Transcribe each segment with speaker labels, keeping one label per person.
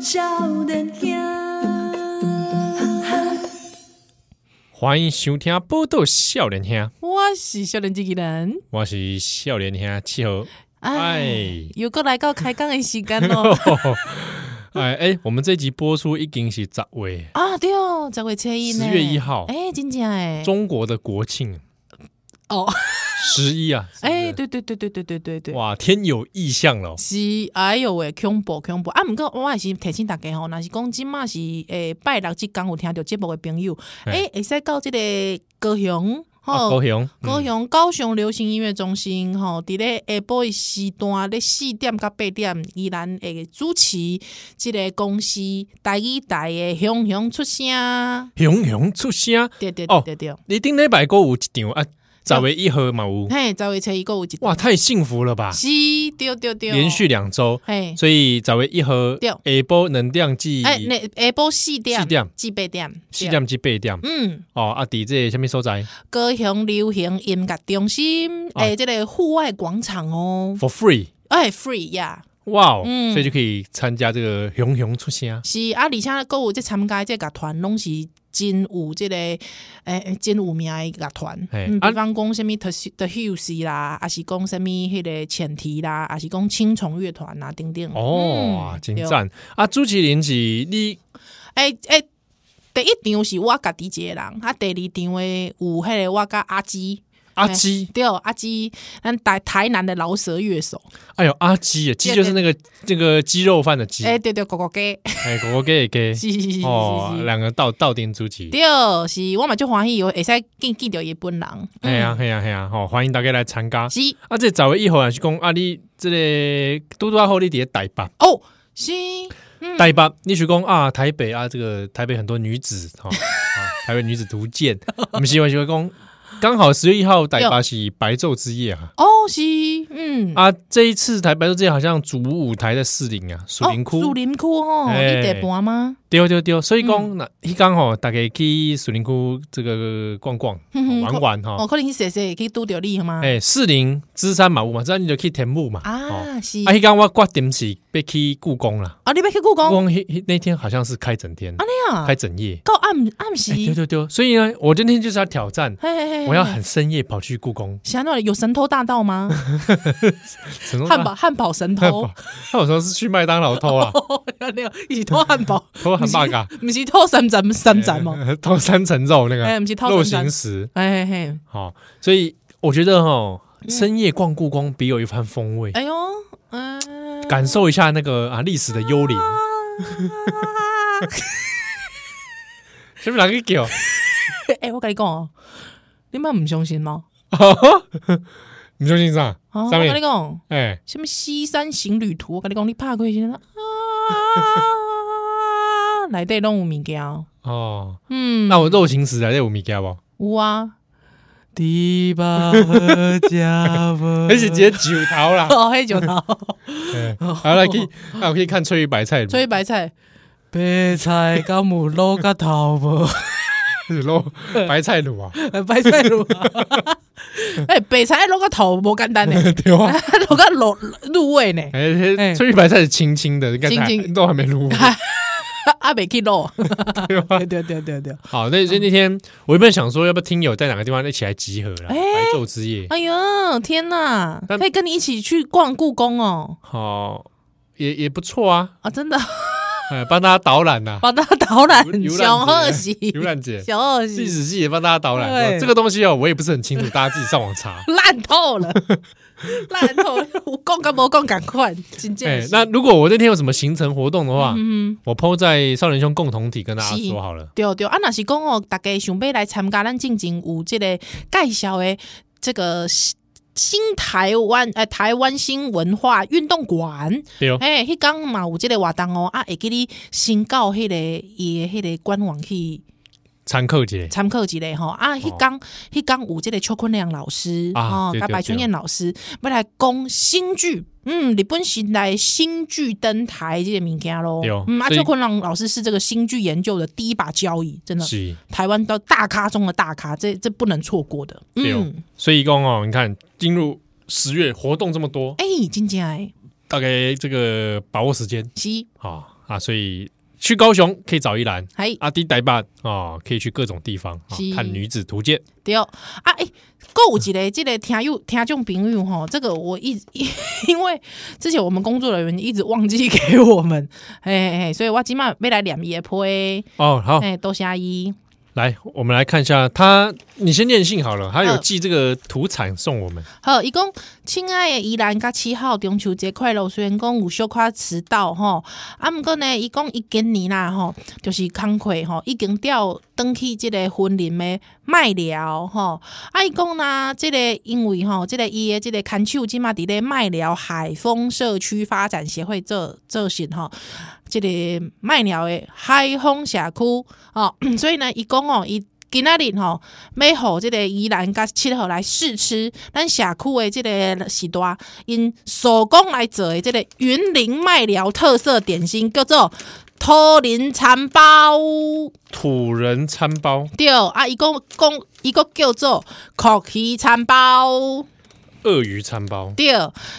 Speaker 1: 少年兄。
Speaker 2: 欢迎收听《报道少年兄》，
Speaker 3: 我是少年机器人，
Speaker 2: 我是少年兄七号。哎
Speaker 3: 哎，哦又过来到开讲的时间 咯
Speaker 2: 哎哎，我们这集播出已经是十位
Speaker 3: 啊，对哦，十月初一呢，
Speaker 2: 10月1号
Speaker 3: 哎，真正哎，
Speaker 2: 中国的国庆
Speaker 3: 哦，
Speaker 2: 十一 啊，
Speaker 3: 哎，
Speaker 2: 是不
Speaker 3: 对对对对对对对
Speaker 2: 是
Speaker 3: 对，
Speaker 2: 哇，天有异象了，
Speaker 3: 是，哎哟喂，恐怖恐怖！啊，毋过我也是提醒大家吼，若是讲即满是诶拜六即工有听着节目的朋友，
Speaker 2: 嘿
Speaker 3: 诶，会使到即个高雄
Speaker 2: 啊高
Speaker 3: 吼。
Speaker 2: 雄，嗯
Speaker 3: 哦高雄高雄流行音乐中心吼，伫咧下晡的时段咧四点到八点，依然会主持即个公司台语台的雄雄出声，
Speaker 2: 熊熊出声。
Speaker 3: 对对对
Speaker 2: 哦
Speaker 3: 对对，
Speaker 2: 你顶礼拜歌有一场
Speaker 3: 哦
Speaker 2: 啊，十月一号嘛有，
Speaker 3: 嘿，十月初一个有一
Speaker 2: 哇，太幸福了吧！
Speaker 3: 是，对对对，
Speaker 2: 连续两周，
Speaker 3: 嘿，
Speaker 2: 所以十月一号
Speaker 3: 对哦
Speaker 2: 下晡能量计
Speaker 3: 哎，那下晡四
Speaker 2: 四
Speaker 3: 点
Speaker 2: 点
Speaker 3: 至八点，
Speaker 2: 四点至八点
Speaker 3: 对，嗯。
Speaker 2: 哦，啊，伫这个什么所在
Speaker 3: 高雄流行音乐中心，
Speaker 2: 啊
Speaker 3: 诶、这个户外广场哦，
Speaker 2: ？For free。
Speaker 3: 哎，free 呀、
Speaker 2: 哇、哦，
Speaker 3: 嗯
Speaker 2: 所以就可以参加这个熊熊出声，
Speaker 3: 是啊，而且购有这参加这乐团拢是真有这个诶、诶真有名的乐团，
Speaker 2: 嘿
Speaker 3: 嗯，
Speaker 2: 啊
Speaker 3: 比方讲什么 The The Hills 啦，啊是讲什么迄个前提啦，啊是讲青虫乐团啦，等等。
Speaker 2: 哦，哇
Speaker 3: 嗯
Speaker 2: 真
Speaker 3: 对
Speaker 2: 赞啊！朱启林是你
Speaker 3: 诶诶、第一场是我家己一个人，啊，第二场诶有迄个我甲阿基，
Speaker 2: 阿基，
Speaker 3: 对，阿基，咱台台南的饶舌乐手，
Speaker 2: 哎呦，阿基啊，鸡
Speaker 3: 对
Speaker 2: 就是那个那个鸡肉饭的鸡，
Speaker 3: 诶、
Speaker 2: 哎，
Speaker 3: 对对，狗狗鸡。
Speaker 2: 狗狗给给，
Speaker 3: 是是是是是
Speaker 2: 哦，
Speaker 3: 是，
Speaker 2: 两个倒倒颠主持，
Speaker 3: 对，是我嘛就欢喜有会使见见到伊本人，
Speaker 2: 哎呀哎呀哎呀，好、欢迎大家来参加。
Speaker 3: 是
Speaker 2: 啊，这早一号也是讲啊，你这个嘟嘟啊后你伫台北，
Speaker 3: 哦，是
Speaker 2: 台北，你是讲啊台北啊，这个台北很多女子哈、哦啊，台北女子图鉴，我们喜欢喜欢讲，刚好十月一号台北是白昼之夜啊。
Speaker 3: 哦是，嗯，
Speaker 2: 啊，这一次台白昼之夜好像主舞台在士林啊，树林
Speaker 3: 哦
Speaker 2: 窟
Speaker 3: 树，林区吼，
Speaker 2: 哎
Speaker 3: 你得搬吗？
Speaker 2: 丢丢丢，所以讲那一刚好大家去树林窟这个逛逛
Speaker 3: 嗯哼
Speaker 2: 玩玩
Speaker 3: 哦，
Speaker 2: 哈。
Speaker 3: 可能去踅踅去拄着你嘛，
Speaker 2: 哎，士林芝山马屋嘛，这样你就去田木嘛。哦，
Speaker 3: 啊是，
Speaker 2: 啊，一刚我决定是要去故宫啦，
Speaker 3: 啊你要去
Speaker 2: 故
Speaker 3: 故宫，
Speaker 2: 宫那那天好像是开整天，
Speaker 3: 安尼啊
Speaker 2: 开，整夜。
Speaker 3: 到暗暗时
Speaker 2: 哎，，丢丢丢，所以呢，我今天就是要挑战，
Speaker 3: 嘿嘿嘿，
Speaker 2: 我要很深夜跑去故宫。
Speaker 3: 想到有神偷大 盗吗？
Speaker 2: 神农大
Speaker 3: 汉堡汉堡神
Speaker 2: 汉
Speaker 3: 偷哦
Speaker 2: 堡，，那我说是去麦当劳偷啊，
Speaker 3: 没有，伊是偷汉堡，
Speaker 2: 偷汉堡啊，
Speaker 3: 毋是偷三层三层哦，
Speaker 2: 偷三层肉那个。
Speaker 3: 哎，毋是偷
Speaker 2: 肉
Speaker 3: 三
Speaker 2: 形
Speaker 3: 层，
Speaker 2: 石，
Speaker 3: 哎嘿嘿，
Speaker 2: 好、所以我觉得哈、深夜逛故宫别有一番风味，
Speaker 3: 嗯哎呦，嗯，
Speaker 2: 感受一下那个啊历史的幽灵，是不是哪个 狗？
Speaker 3: 哎、欸我跟你讲哦，你们唔相信吗？
Speaker 2: 你说信啥？
Speaker 3: 啊，我
Speaker 2: 上
Speaker 3: 跟你
Speaker 2: 面
Speaker 3: 讲，
Speaker 2: 哎，
Speaker 3: 什么西山行旅图，我跟你讲，你拍开先啦，啊，内底拢有物件哦，
Speaker 2: 哦，
Speaker 3: 嗯，
Speaker 2: 那我肉形啊石还在我米家不？，
Speaker 3: 有啊，
Speaker 4: 迪巴和 加伯
Speaker 2: 而且直
Speaker 3: 嗯
Speaker 2: 接九桃啦，
Speaker 3: 哦，黑就头，
Speaker 2: 哎
Speaker 3: 哦
Speaker 2: 好来可以，那我可以看翠玉白菜，
Speaker 3: 所以白菜，
Speaker 4: 白菜甘有卤甲头 无？
Speaker 2: 肉白菜卤啊，
Speaker 4: 呃白菜卤啊，
Speaker 3: 哎、白菜落个头无简单呢，
Speaker 2: 对啊，
Speaker 3: 落个入入味呢，
Speaker 2: 哎，
Speaker 4: 哎
Speaker 2: 翠玉白菜是青青的，你看
Speaker 3: 青
Speaker 2: 才
Speaker 3: 青
Speaker 2: 都还没卤完，
Speaker 3: 啊，未去落，
Speaker 2: 对吧？
Speaker 3: 对对对对对，
Speaker 2: 好，那所以那天我原本想说，要不要听友在哪个地方一起来集合啦？
Speaker 3: 哎
Speaker 2: 白昼之夜，
Speaker 3: 哎呦，天哪，
Speaker 2: 但
Speaker 3: 可以跟你一起去逛故宫哦，
Speaker 2: 好，也也不错啊，
Speaker 3: 啊，真的，
Speaker 2: 哎，帮大家导览 呐，
Speaker 3: 帮他导览
Speaker 2: 游游览者
Speaker 3: 小贺喜，
Speaker 2: 游览姐，
Speaker 3: 小贺喜。
Speaker 2: 历。史系也帮大家导览。
Speaker 4: 对
Speaker 2: 说这个东西哦，我也不是很清楚，大家自己上网查 哎
Speaker 3: 烂 透了，烂透了，有讲甲无讲 赶快，真正
Speaker 2: 哎
Speaker 3: 是。，
Speaker 2: 那如果我那天有什么行程活动的话，
Speaker 3: 嗯，
Speaker 2: 我 PO 在少年兄共同体跟大家
Speaker 3: 是
Speaker 2: 说好了。
Speaker 3: 对对，啊，若是讲哦，大家想要来参加咱进前有即个介绍的这个新新台湾呃台湾新文化运动馆，
Speaker 2: 对哦，
Speaker 3: 哎、迄工嘛有即个活动哦，啊，会记你先到迄、个伊的迄个官网去
Speaker 2: 参考节
Speaker 3: 参考一下吼，啊，迄工迄工有即个邱坤亮老师
Speaker 2: 哦啊
Speaker 3: 吼，
Speaker 2: 对
Speaker 3: 甲
Speaker 2: 对
Speaker 3: 白春燕老师要来讲新剧，嗯，日本新来新剧登台这个物件咯
Speaker 2: 对哦。
Speaker 3: 嗯，啊，
Speaker 2: 所以
Speaker 3: 邱坤亮老师是这个新剧研究的第一把交椅，真的，
Speaker 2: 是，
Speaker 3: 台湾到大咖中的大咖，这这不能错过的。
Speaker 2: 对哦
Speaker 3: 嗯，
Speaker 2: 所以讲哦，你看进入十月活动这么多，
Speaker 3: 哎，真正诶，
Speaker 2: 大概这个把握时间
Speaker 3: 是
Speaker 2: 啊，啊，所以去高雄可以找一兰，
Speaker 3: 还
Speaker 2: 阿迪代办啊，去台北哦可以去各种地方、啊
Speaker 3: 是
Speaker 2: 看女子图鉴。
Speaker 3: 对啊，哎、欸，够有一个这个听友听众朋友吼，这个我一直 因为之前我们工作人员一直忘记给我们，哎哎，嘿所以我今晚要来念伊的批，
Speaker 2: 哦，好，
Speaker 3: 哎，多谢伊，
Speaker 2: 来，我们来看一下他，你先念信好了，他有
Speaker 3: 嗯
Speaker 2: 寄这个土产送我们，
Speaker 3: 好，伊讲亲爱的依兰甲七号中秋节快乐，虽然讲有小可迟到吼，啊，毋过呢，伊讲伊今年啦吼，就是工课吼，已经调转去即个婚林的卖了吼，啊，伊讲啦，即、个因为吼，即、个伊的即个看手即嘛伫咧卖了海丰社区发展协会做做事吼。即个卖鸟的海丰社区哦， 所以呢，伊讲哦，伊今仔日吼要互即个宜兰甲七号来试吃咱社区的即个时段，因手工来做的即个云林麦寮特色点心叫做土林餐包，
Speaker 2: 土人餐包
Speaker 3: 对啊，伊讲讲伊个叫做烤鱼餐包。
Speaker 2: 鳄鱼餐包，
Speaker 3: 对，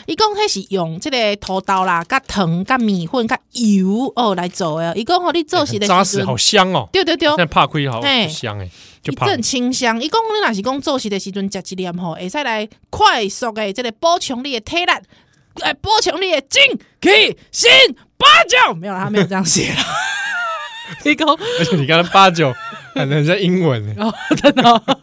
Speaker 3: 伊讲迄是用即个土豆啦、甲糖、甲米粉、甲油哦来做的。伊讲吼，你做
Speaker 2: 很
Speaker 3: 是的
Speaker 2: 扎
Speaker 3: 时
Speaker 2: 实，
Speaker 3: 阵
Speaker 2: 好香哦。
Speaker 3: 对对对，
Speaker 2: 现在怕亏好
Speaker 3: 嘿
Speaker 2: 香哎，就
Speaker 3: 一
Speaker 2: 怕
Speaker 3: 阵清香。伊讲你若是讲做事的时阵食一粒吼，会使来快速的即个补充你的体力，来补充你的精气神八九。没有啦，他没有这样写啦。
Speaker 4: 你讲
Speaker 2: 而且你刚才八九，很很像英文欸，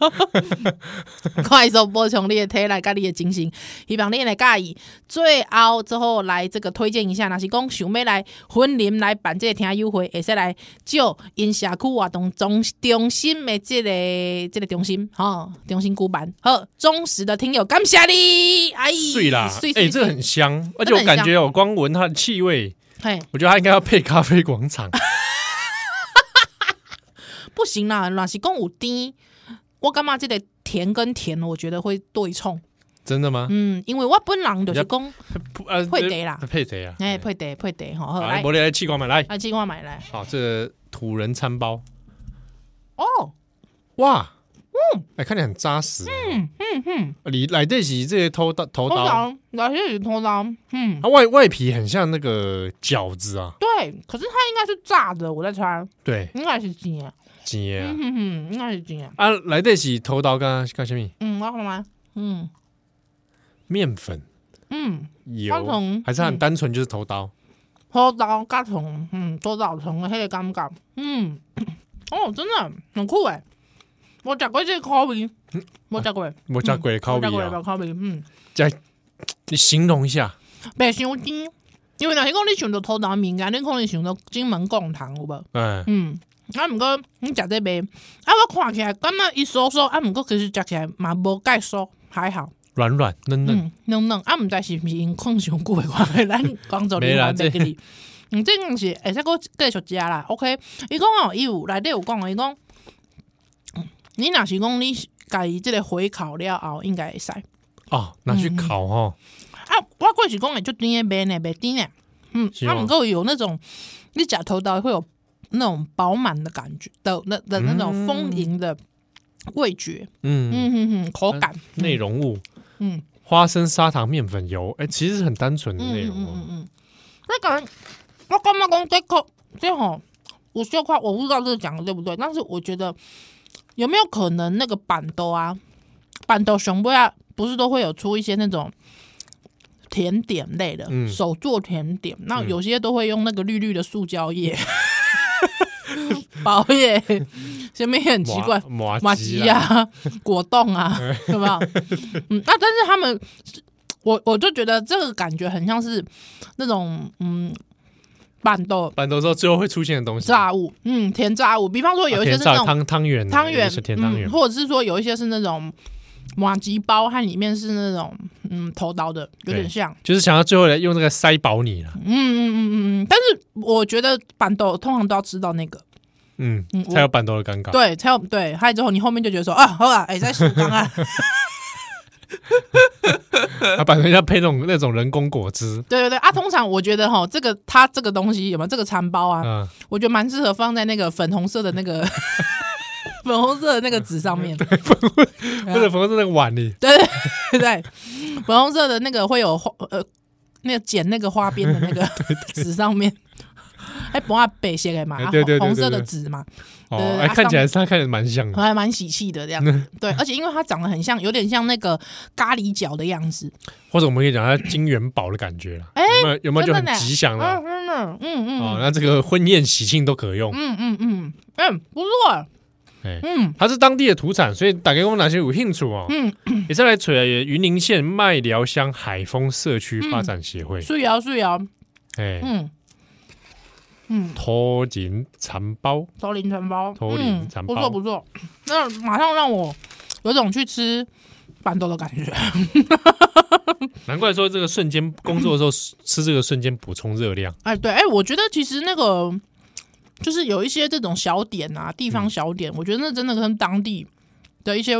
Speaker 3: 快速补充你的体力，甲你的精神，希望你会介意。最后之后来这个推荐一下，若是讲想要来婚林来办这个听友会，会使来借因社区活动中中心的这个这个中心，吼、中心举办。好，忠实的听友，感谢你，哎，
Speaker 2: 碎啦
Speaker 3: 水，
Speaker 2: 哎，
Speaker 3: 水
Speaker 2: 这个很香，而且
Speaker 3: 真的
Speaker 2: 我
Speaker 3: 很
Speaker 2: 感
Speaker 3: 香
Speaker 2: 觉我光闻它的气味，
Speaker 3: 嘿，
Speaker 2: 我觉得它应该要配咖啡广场，
Speaker 3: 不行啦，若是讲有甜，我感觉这个甜跟甜，我觉得会对冲。
Speaker 2: 真的吗？
Speaker 3: 嗯，因为我本人就是讲，
Speaker 2: 不呃
Speaker 3: 配茶啦
Speaker 2: 配谁啊？
Speaker 3: 哎，配茶配茶吼，好
Speaker 2: 好，来，
Speaker 3: 来，
Speaker 2: 我来气管嘛，来，
Speaker 3: 啊，今我买来
Speaker 2: 好，这土人餐包，
Speaker 3: 哦。
Speaker 2: 哇，嗯，哎，看起来很扎实，嗯嗯嗯，里来这是这些头刀头
Speaker 3: 头
Speaker 2: 刀，
Speaker 3: 脑，老师是头脑，嗯，
Speaker 2: 它外外皮很像那个饺子啊，
Speaker 3: 对，可是它应该是炸的，我在猜，
Speaker 2: 对，
Speaker 3: 应该是煎，
Speaker 2: 鸡啊
Speaker 3: 嗯，哼哼，应该是煎，
Speaker 2: 啊，来这是头刀干干什么？
Speaker 3: 嗯，我看看，嗯
Speaker 2: 面粉
Speaker 3: 嗯，它
Speaker 2: 油
Speaker 3: 从，
Speaker 2: 还是它很
Speaker 3: 嗯
Speaker 2: 单纯就是头刀？
Speaker 3: 头脑加虫，嗯，头脑虫的迄个感觉，嗯，哦，真的很酷诶，我食过这个口味，我食过，
Speaker 2: 我加鬼烤
Speaker 3: 我
Speaker 2: 味
Speaker 3: 食过这
Speaker 2: 啊
Speaker 3: 个！口味，嗯，
Speaker 2: 你形容一下，
Speaker 3: 白烧煎，因为若是讲你想到头脑面件，你可能想到金门贡糖有无？
Speaker 2: 哎，
Speaker 3: 嗯，啊，毋过你食这糜，啊，我看起来感觉伊酥酥，啊，毋过其实食起来嘛无介酥，还好，
Speaker 2: 软软嫩嫩，
Speaker 3: 嗯，软软，啊，毋知是毋是因困上久的关系，咱广州
Speaker 2: 没
Speaker 3: 人
Speaker 2: 啦
Speaker 3: 还袂
Speaker 2: 这
Speaker 3: 记哩。嗯，这硬是会使个继续食啦。OK，伊讲哦，伊有内底有讲，伊讲，嗯你若是讲你家己即个回烤了后，应该会使。
Speaker 2: 哦，拿
Speaker 3: 嗯
Speaker 2: 去烤哦，
Speaker 3: 啊，我过是讲诶，就甜诶，袂呢，袂甜诶。嗯，
Speaker 2: 是
Speaker 3: 它
Speaker 2: 吗
Speaker 3: 能够有那种你假头刀会有那种饱满的感觉的那的那种丰盈的味觉，
Speaker 2: 嗯，
Speaker 3: 嗯哼哼，口感，
Speaker 2: 内容物
Speaker 3: 嗯
Speaker 2: 花生、砂糖、面粉、油，哎，其实是很单纯
Speaker 3: 嗯
Speaker 2: 的内
Speaker 3: 嗯
Speaker 2: 容哦
Speaker 3: 嗯
Speaker 2: 物，
Speaker 3: 嗯嗯，那感觉我感觉讲这口这吼，我说话我不知道这讲的对不对，但是我觉得有没有可能那个板豆啊，板豆熊不要不是都会有出一些那种。甜点类的，
Speaker 2: 嗯
Speaker 3: 手做甜点，那
Speaker 2: 嗯
Speaker 3: 有些都会用那个绿绿的塑 胶叶、 薄叶， 前面嗯也很奇怪，
Speaker 2: 麻
Speaker 3: 马
Speaker 2: 麻
Speaker 3: 吉
Speaker 2: 吉啊，
Speaker 3: 啊、 果冻啊， 有没有？嗯，那、但是他们，我我就觉得这个感觉很像是那种嗯板豆
Speaker 2: 板豆之后最后会出现的东西，
Speaker 3: 炸物，嗯，甜炸物，比方说
Speaker 2: 啊
Speaker 3: 有一些
Speaker 2: 甜
Speaker 3: 是
Speaker 2: 炸
Speaker 3: 那种
Speaker 2: 汤汤圆啊，
Speaker 3: 汤
Speaker 2: 有
Speaker 3: 圆
Speaker 2: 一些甜汤圆
Speaker 3: 嗯，，或者是说有一些是那种马吉包，它里面是那种嗯头刀的，有点
Speaker 2: 对
Speaker 3: 像，
Speaker 2: 就是想要最后来用这个塞饱你啊了，
Speaker 3: 嗯嗯嗯嗯嗯。但是我觉得板豆通常都要吃到那个，
Speaker 2: 嗯
Speaker 3: 嗯，我
Speaker 2: 才有板豆的尴尬，
Speaker 3: 对，才有对，还有之后你后面就觉得说啊，好啊，哎、在数刚啊，
Speaker 2: 啊，板豆要配那种那种人工果汁，
Speaker 3: 对对对啊，通常我觉得哈，这个它这个东西有没有这个餐包啊？
Speaker 2: 嗯，
Speaker 3: 我觉得蛮适合放在那个粉红色的那 个粉红色的那个纸上面，对啊
Speaker 2: 或者放在那个碗里，
Speaker 3: 对对对，粉红色 的那个会有花呃那个剪那个花边的那个纸上面。还不啊白色的嘛，
Speaker 2: 哎
Speaker 3: 啊
Speaker 2: 对对对嗯
Speaker 3: 红色
Speaker 2: 对
Speaker 3: 的
Speaker 2: 对
Speaker 3: 纸嘛，
Speaker 2: 哦，
Speaker 3: 对
Speaker 2: 哎，
Speaker 3: 啊
Speaker 2: 看起来
Speaker 3: 上嗯
Speaker 2: 他看起来蛮像的，
Speaker 3: 还蛮喜气的这样
Speaker 2: 嗯
Speaker 3: 子。对，而且因为它长得很像，有点像那个咖喱角的样子。
Speaker 2: 或者我们可以讲他金元宝的感觉了，
Speaker 3: 哎
Speaker 2: 有没有有没有就
Speaker 3: 真
Speaker 2: 很
Speaker 3: 的呢
Speaker 2: 吉祥了？
Speaker 3: 嗯真的，嗯嗯
Speaker 2: 哦，那这个婚宴喜庆都可用，
Speaker 3: 嗯嗯嗯嗯，不错，
Speaker 2: 哎，
Speaker 3: 嗯
Speaker 2: 它是当地的土产，所以打给我们哪些有兴趣哦？
Speaker 3: 嗯，
Speaker 2: 也再来找云林县麦寮乡海丰社区发展协会，
Speaker 3: 睡瑶睡瑶，
Speaker 2: 哎，
Speaker 3: 嗯嗯，
Speaker 2: 头颈蚕包，
Speaker 3: 头林承包，
Speaker 2: 头林
Speaker 3: 嗯
Speaker 2: 承包
Speaker 3: 不错不错，那马上让我有种去吃板豆的感觉。
Speaker 2: 难怪说这个瞬间工作的时候吃这个瞬间补充热量，
Speaker 3: 哎，对，哎，我觉得其实那个就是有一些这种小点啊，地
Speaker 2: 嗯
Speaker 3: 方小点，我觉得那真的跟当地的一些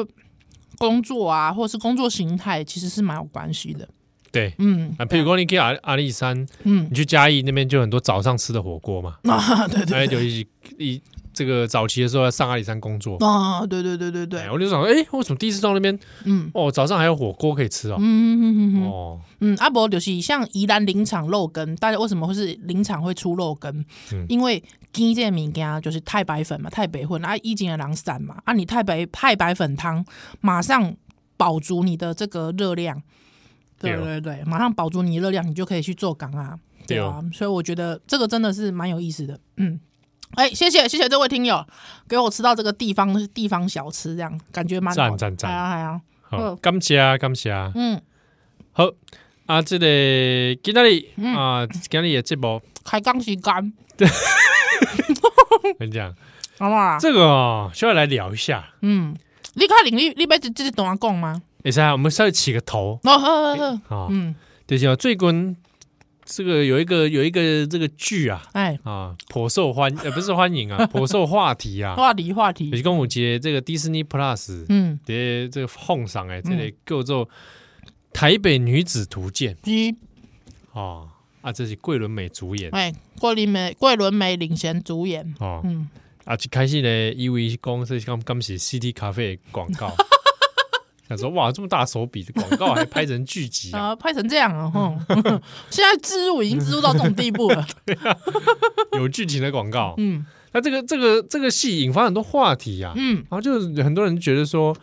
Speaker 3: 工作啊，或者是工作形态，其实是蛮有关系的。
Speaker 2: 对。
Speaker 3: 嗯
Speaker 2: 啊，譬如说你去阿阿里山，
Speaker 3: 嗯
Speaker 2: 你去嘉义那边就有很多早上吃的火锅嘛，
Speaker 3: 啊，对
Speaker 2: 还
Speaker 3: 对对，
Speaker 2: 有一一这个早期的时候要上阿里山工作，
Speaker 3: 啊，对对对对对
Speaker 2: 哎，，我就想说，哎，为什么第一次到那边
Speaker 3: 嗯。
Speaker 2: 哦，早上还有火锅可以吃哦，
Speaker 3: 嗯嗯嗯
Speaker 2: 哦，
Speaker 3: 嗯，阿伯就是像宜兰林场肉羹，大家为什么会是林场会出肉羹？
Speaker 2: 嗯
Speaker 3: 因为鸡这个物件就是太白粉嘛，太白粉啊，一斤的狼散嘛，啊，你太白太白粉汤马上饱足你的这个热量，对
Speaker 2: 对哦
Speaker 3: 对对，马上饱足你的热量，你就可以去做港啊，对
Speaker 2: 对
Speaker 3: 啊
Speaker 2: 哦，
Speaker 3: 所以我觉得这个真的是蛮有意思的，嗯。哎、谢谢谢谢这位听友，给我吃到这个地方地方小吃，这样感觉蛮好
Speaker 2: 赞
Speaker 3: 的
Speaker 2: 赞赞
Speaker 3: 哎呀哎呀，
Speaker 2: 好
Speaker 3: 嗯
Speaker 2: 感谢啊，感谢啊。
Speaker 3: 嗯，
Speaker 2: 好啊，这个今天里
Speaker 3: 嗯
Speaker 2: 啊，今天的节目
Speaker 3: 开杠洗干，
Speaker 2: 跟你讲，
Speaker 3: 好不好 啊？
Speaker 2: 这个哦，需要来聊一下。
Speaker 3: 嗯，你看你你你要直接同我讲吗？
Speaker 2: 也是啊，我们稍微起个头
Speaker 3: 哦，好好好，
Speaker 2: 啊，
Speaker 3: 嗯，
Speaker 2: 就是哦最近这个有一个有一个这个剧啊
Speaker 3: 哎，
Speaker 2: 啊，颇受欢 呃不是欢迎 啊，颇受话题啊。
Speaker 3: 话题话
Speaker 2: 也
Speaker 3: 题，
Speaker 2: 是跟我节这个 Disney Plus
Speaker 3: 嗯，
Speaker 2: 的这个奉上哎，这里叫做《台北女子图鉴
Speaker 3: 是，》
Speaker 2: 哦啊，这是桂纶镁主演
Speaker 3: 哎，桂林美桂纶镁领衔主演，
Speaker 2: 哦。
Speaker 3: 嗯，
Speaker 2: 啊，一开始呢，以为讲说刚刚是 CD 咖啡的广 告，想说哇，这么大手笔的广告还拍成剧集 啊，
Speaker 3: 啊，拍成这样啊， 哼，现在植入已经植入到这种地步 了，
Speaker 2: 有剧情的广告。
Speaker 3: 嗯
Speaker 2: 那这个这个这个戏引发很多话题啊，
Speaker 3: 嗯
Speaker 2: 然后就是很多人觉得说，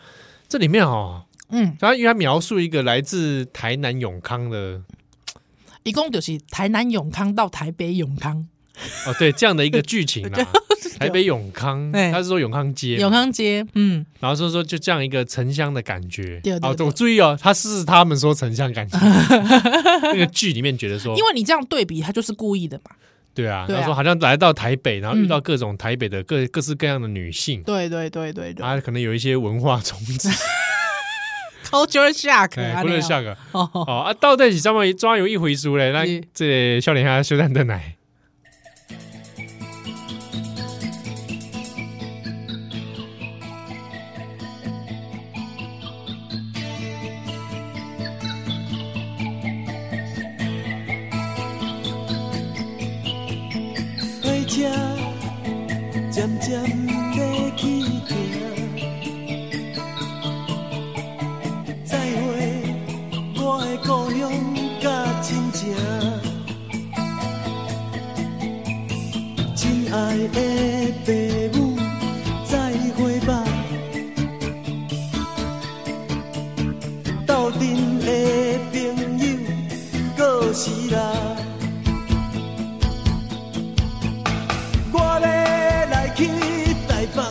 Speaker 2: 这里面哦，
Speaker 3: 嗯，
Speaker 2: 然后因为他描述一个来自台南永康的
Speaker 3: 一共就是台南永康到台北永康，
Speaker 2: 哦，对这样的一个剧 情啊，台北永康，
Speaker 4: 对
Speaker 2: 他是说永康街嘛，
Speaker 3: 永康街，嗯，
Speaker 2: 然后说说就这样一个城乡的感觉
Speaker 3: 对对。
Speaker 2: 哦
Speaker 3: 对
Speaker 2: 我注意哦，他是他们说城乡 感觉，那个剧里面觉得说，
Speaker 3: 因为你这样对比，他就是故意的嘛，
Speaker 2: 对啊，
Speaker 3: 对啊
Speaker 2: 他说好像来到台北，然后遇到各种台北的各、各式各样的女性，
Speaker 3: 对对对对对
Speaker 2: 啊，可能有一些文化冲击，
Speaker 3: ，culture shock，
Speaker 2: 哎
Speaker 3: 啊
Speaker 2: 不能
Speaker 3: 那样
Speaker 2: 下个
Speaker 4: 哦，
Speaker 2: 哦啊，到底是这么抓有一回书嘞，那
Speaker 4: 是
Speaker 2: 这笑脸下啊修蛋的奶，
Speaker 1: 火车渐渐要起行，再会我的故乡甲亲情，亲爱的父母，再会吧，斗阵的朋友，过时啦。我要来去台北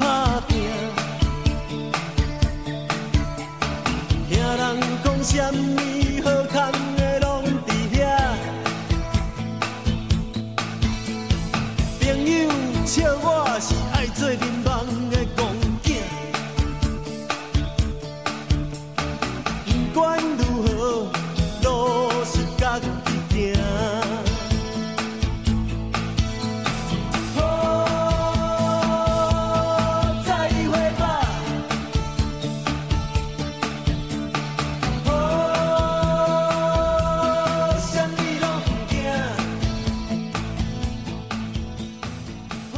Speaker 1: 打拼，听人讲什么好康的拢伫遐，朋友笑我是爱做面梦的戆囝，不管如何，路是家己行。哦，再会吧。哦，什么拢不惊。哦，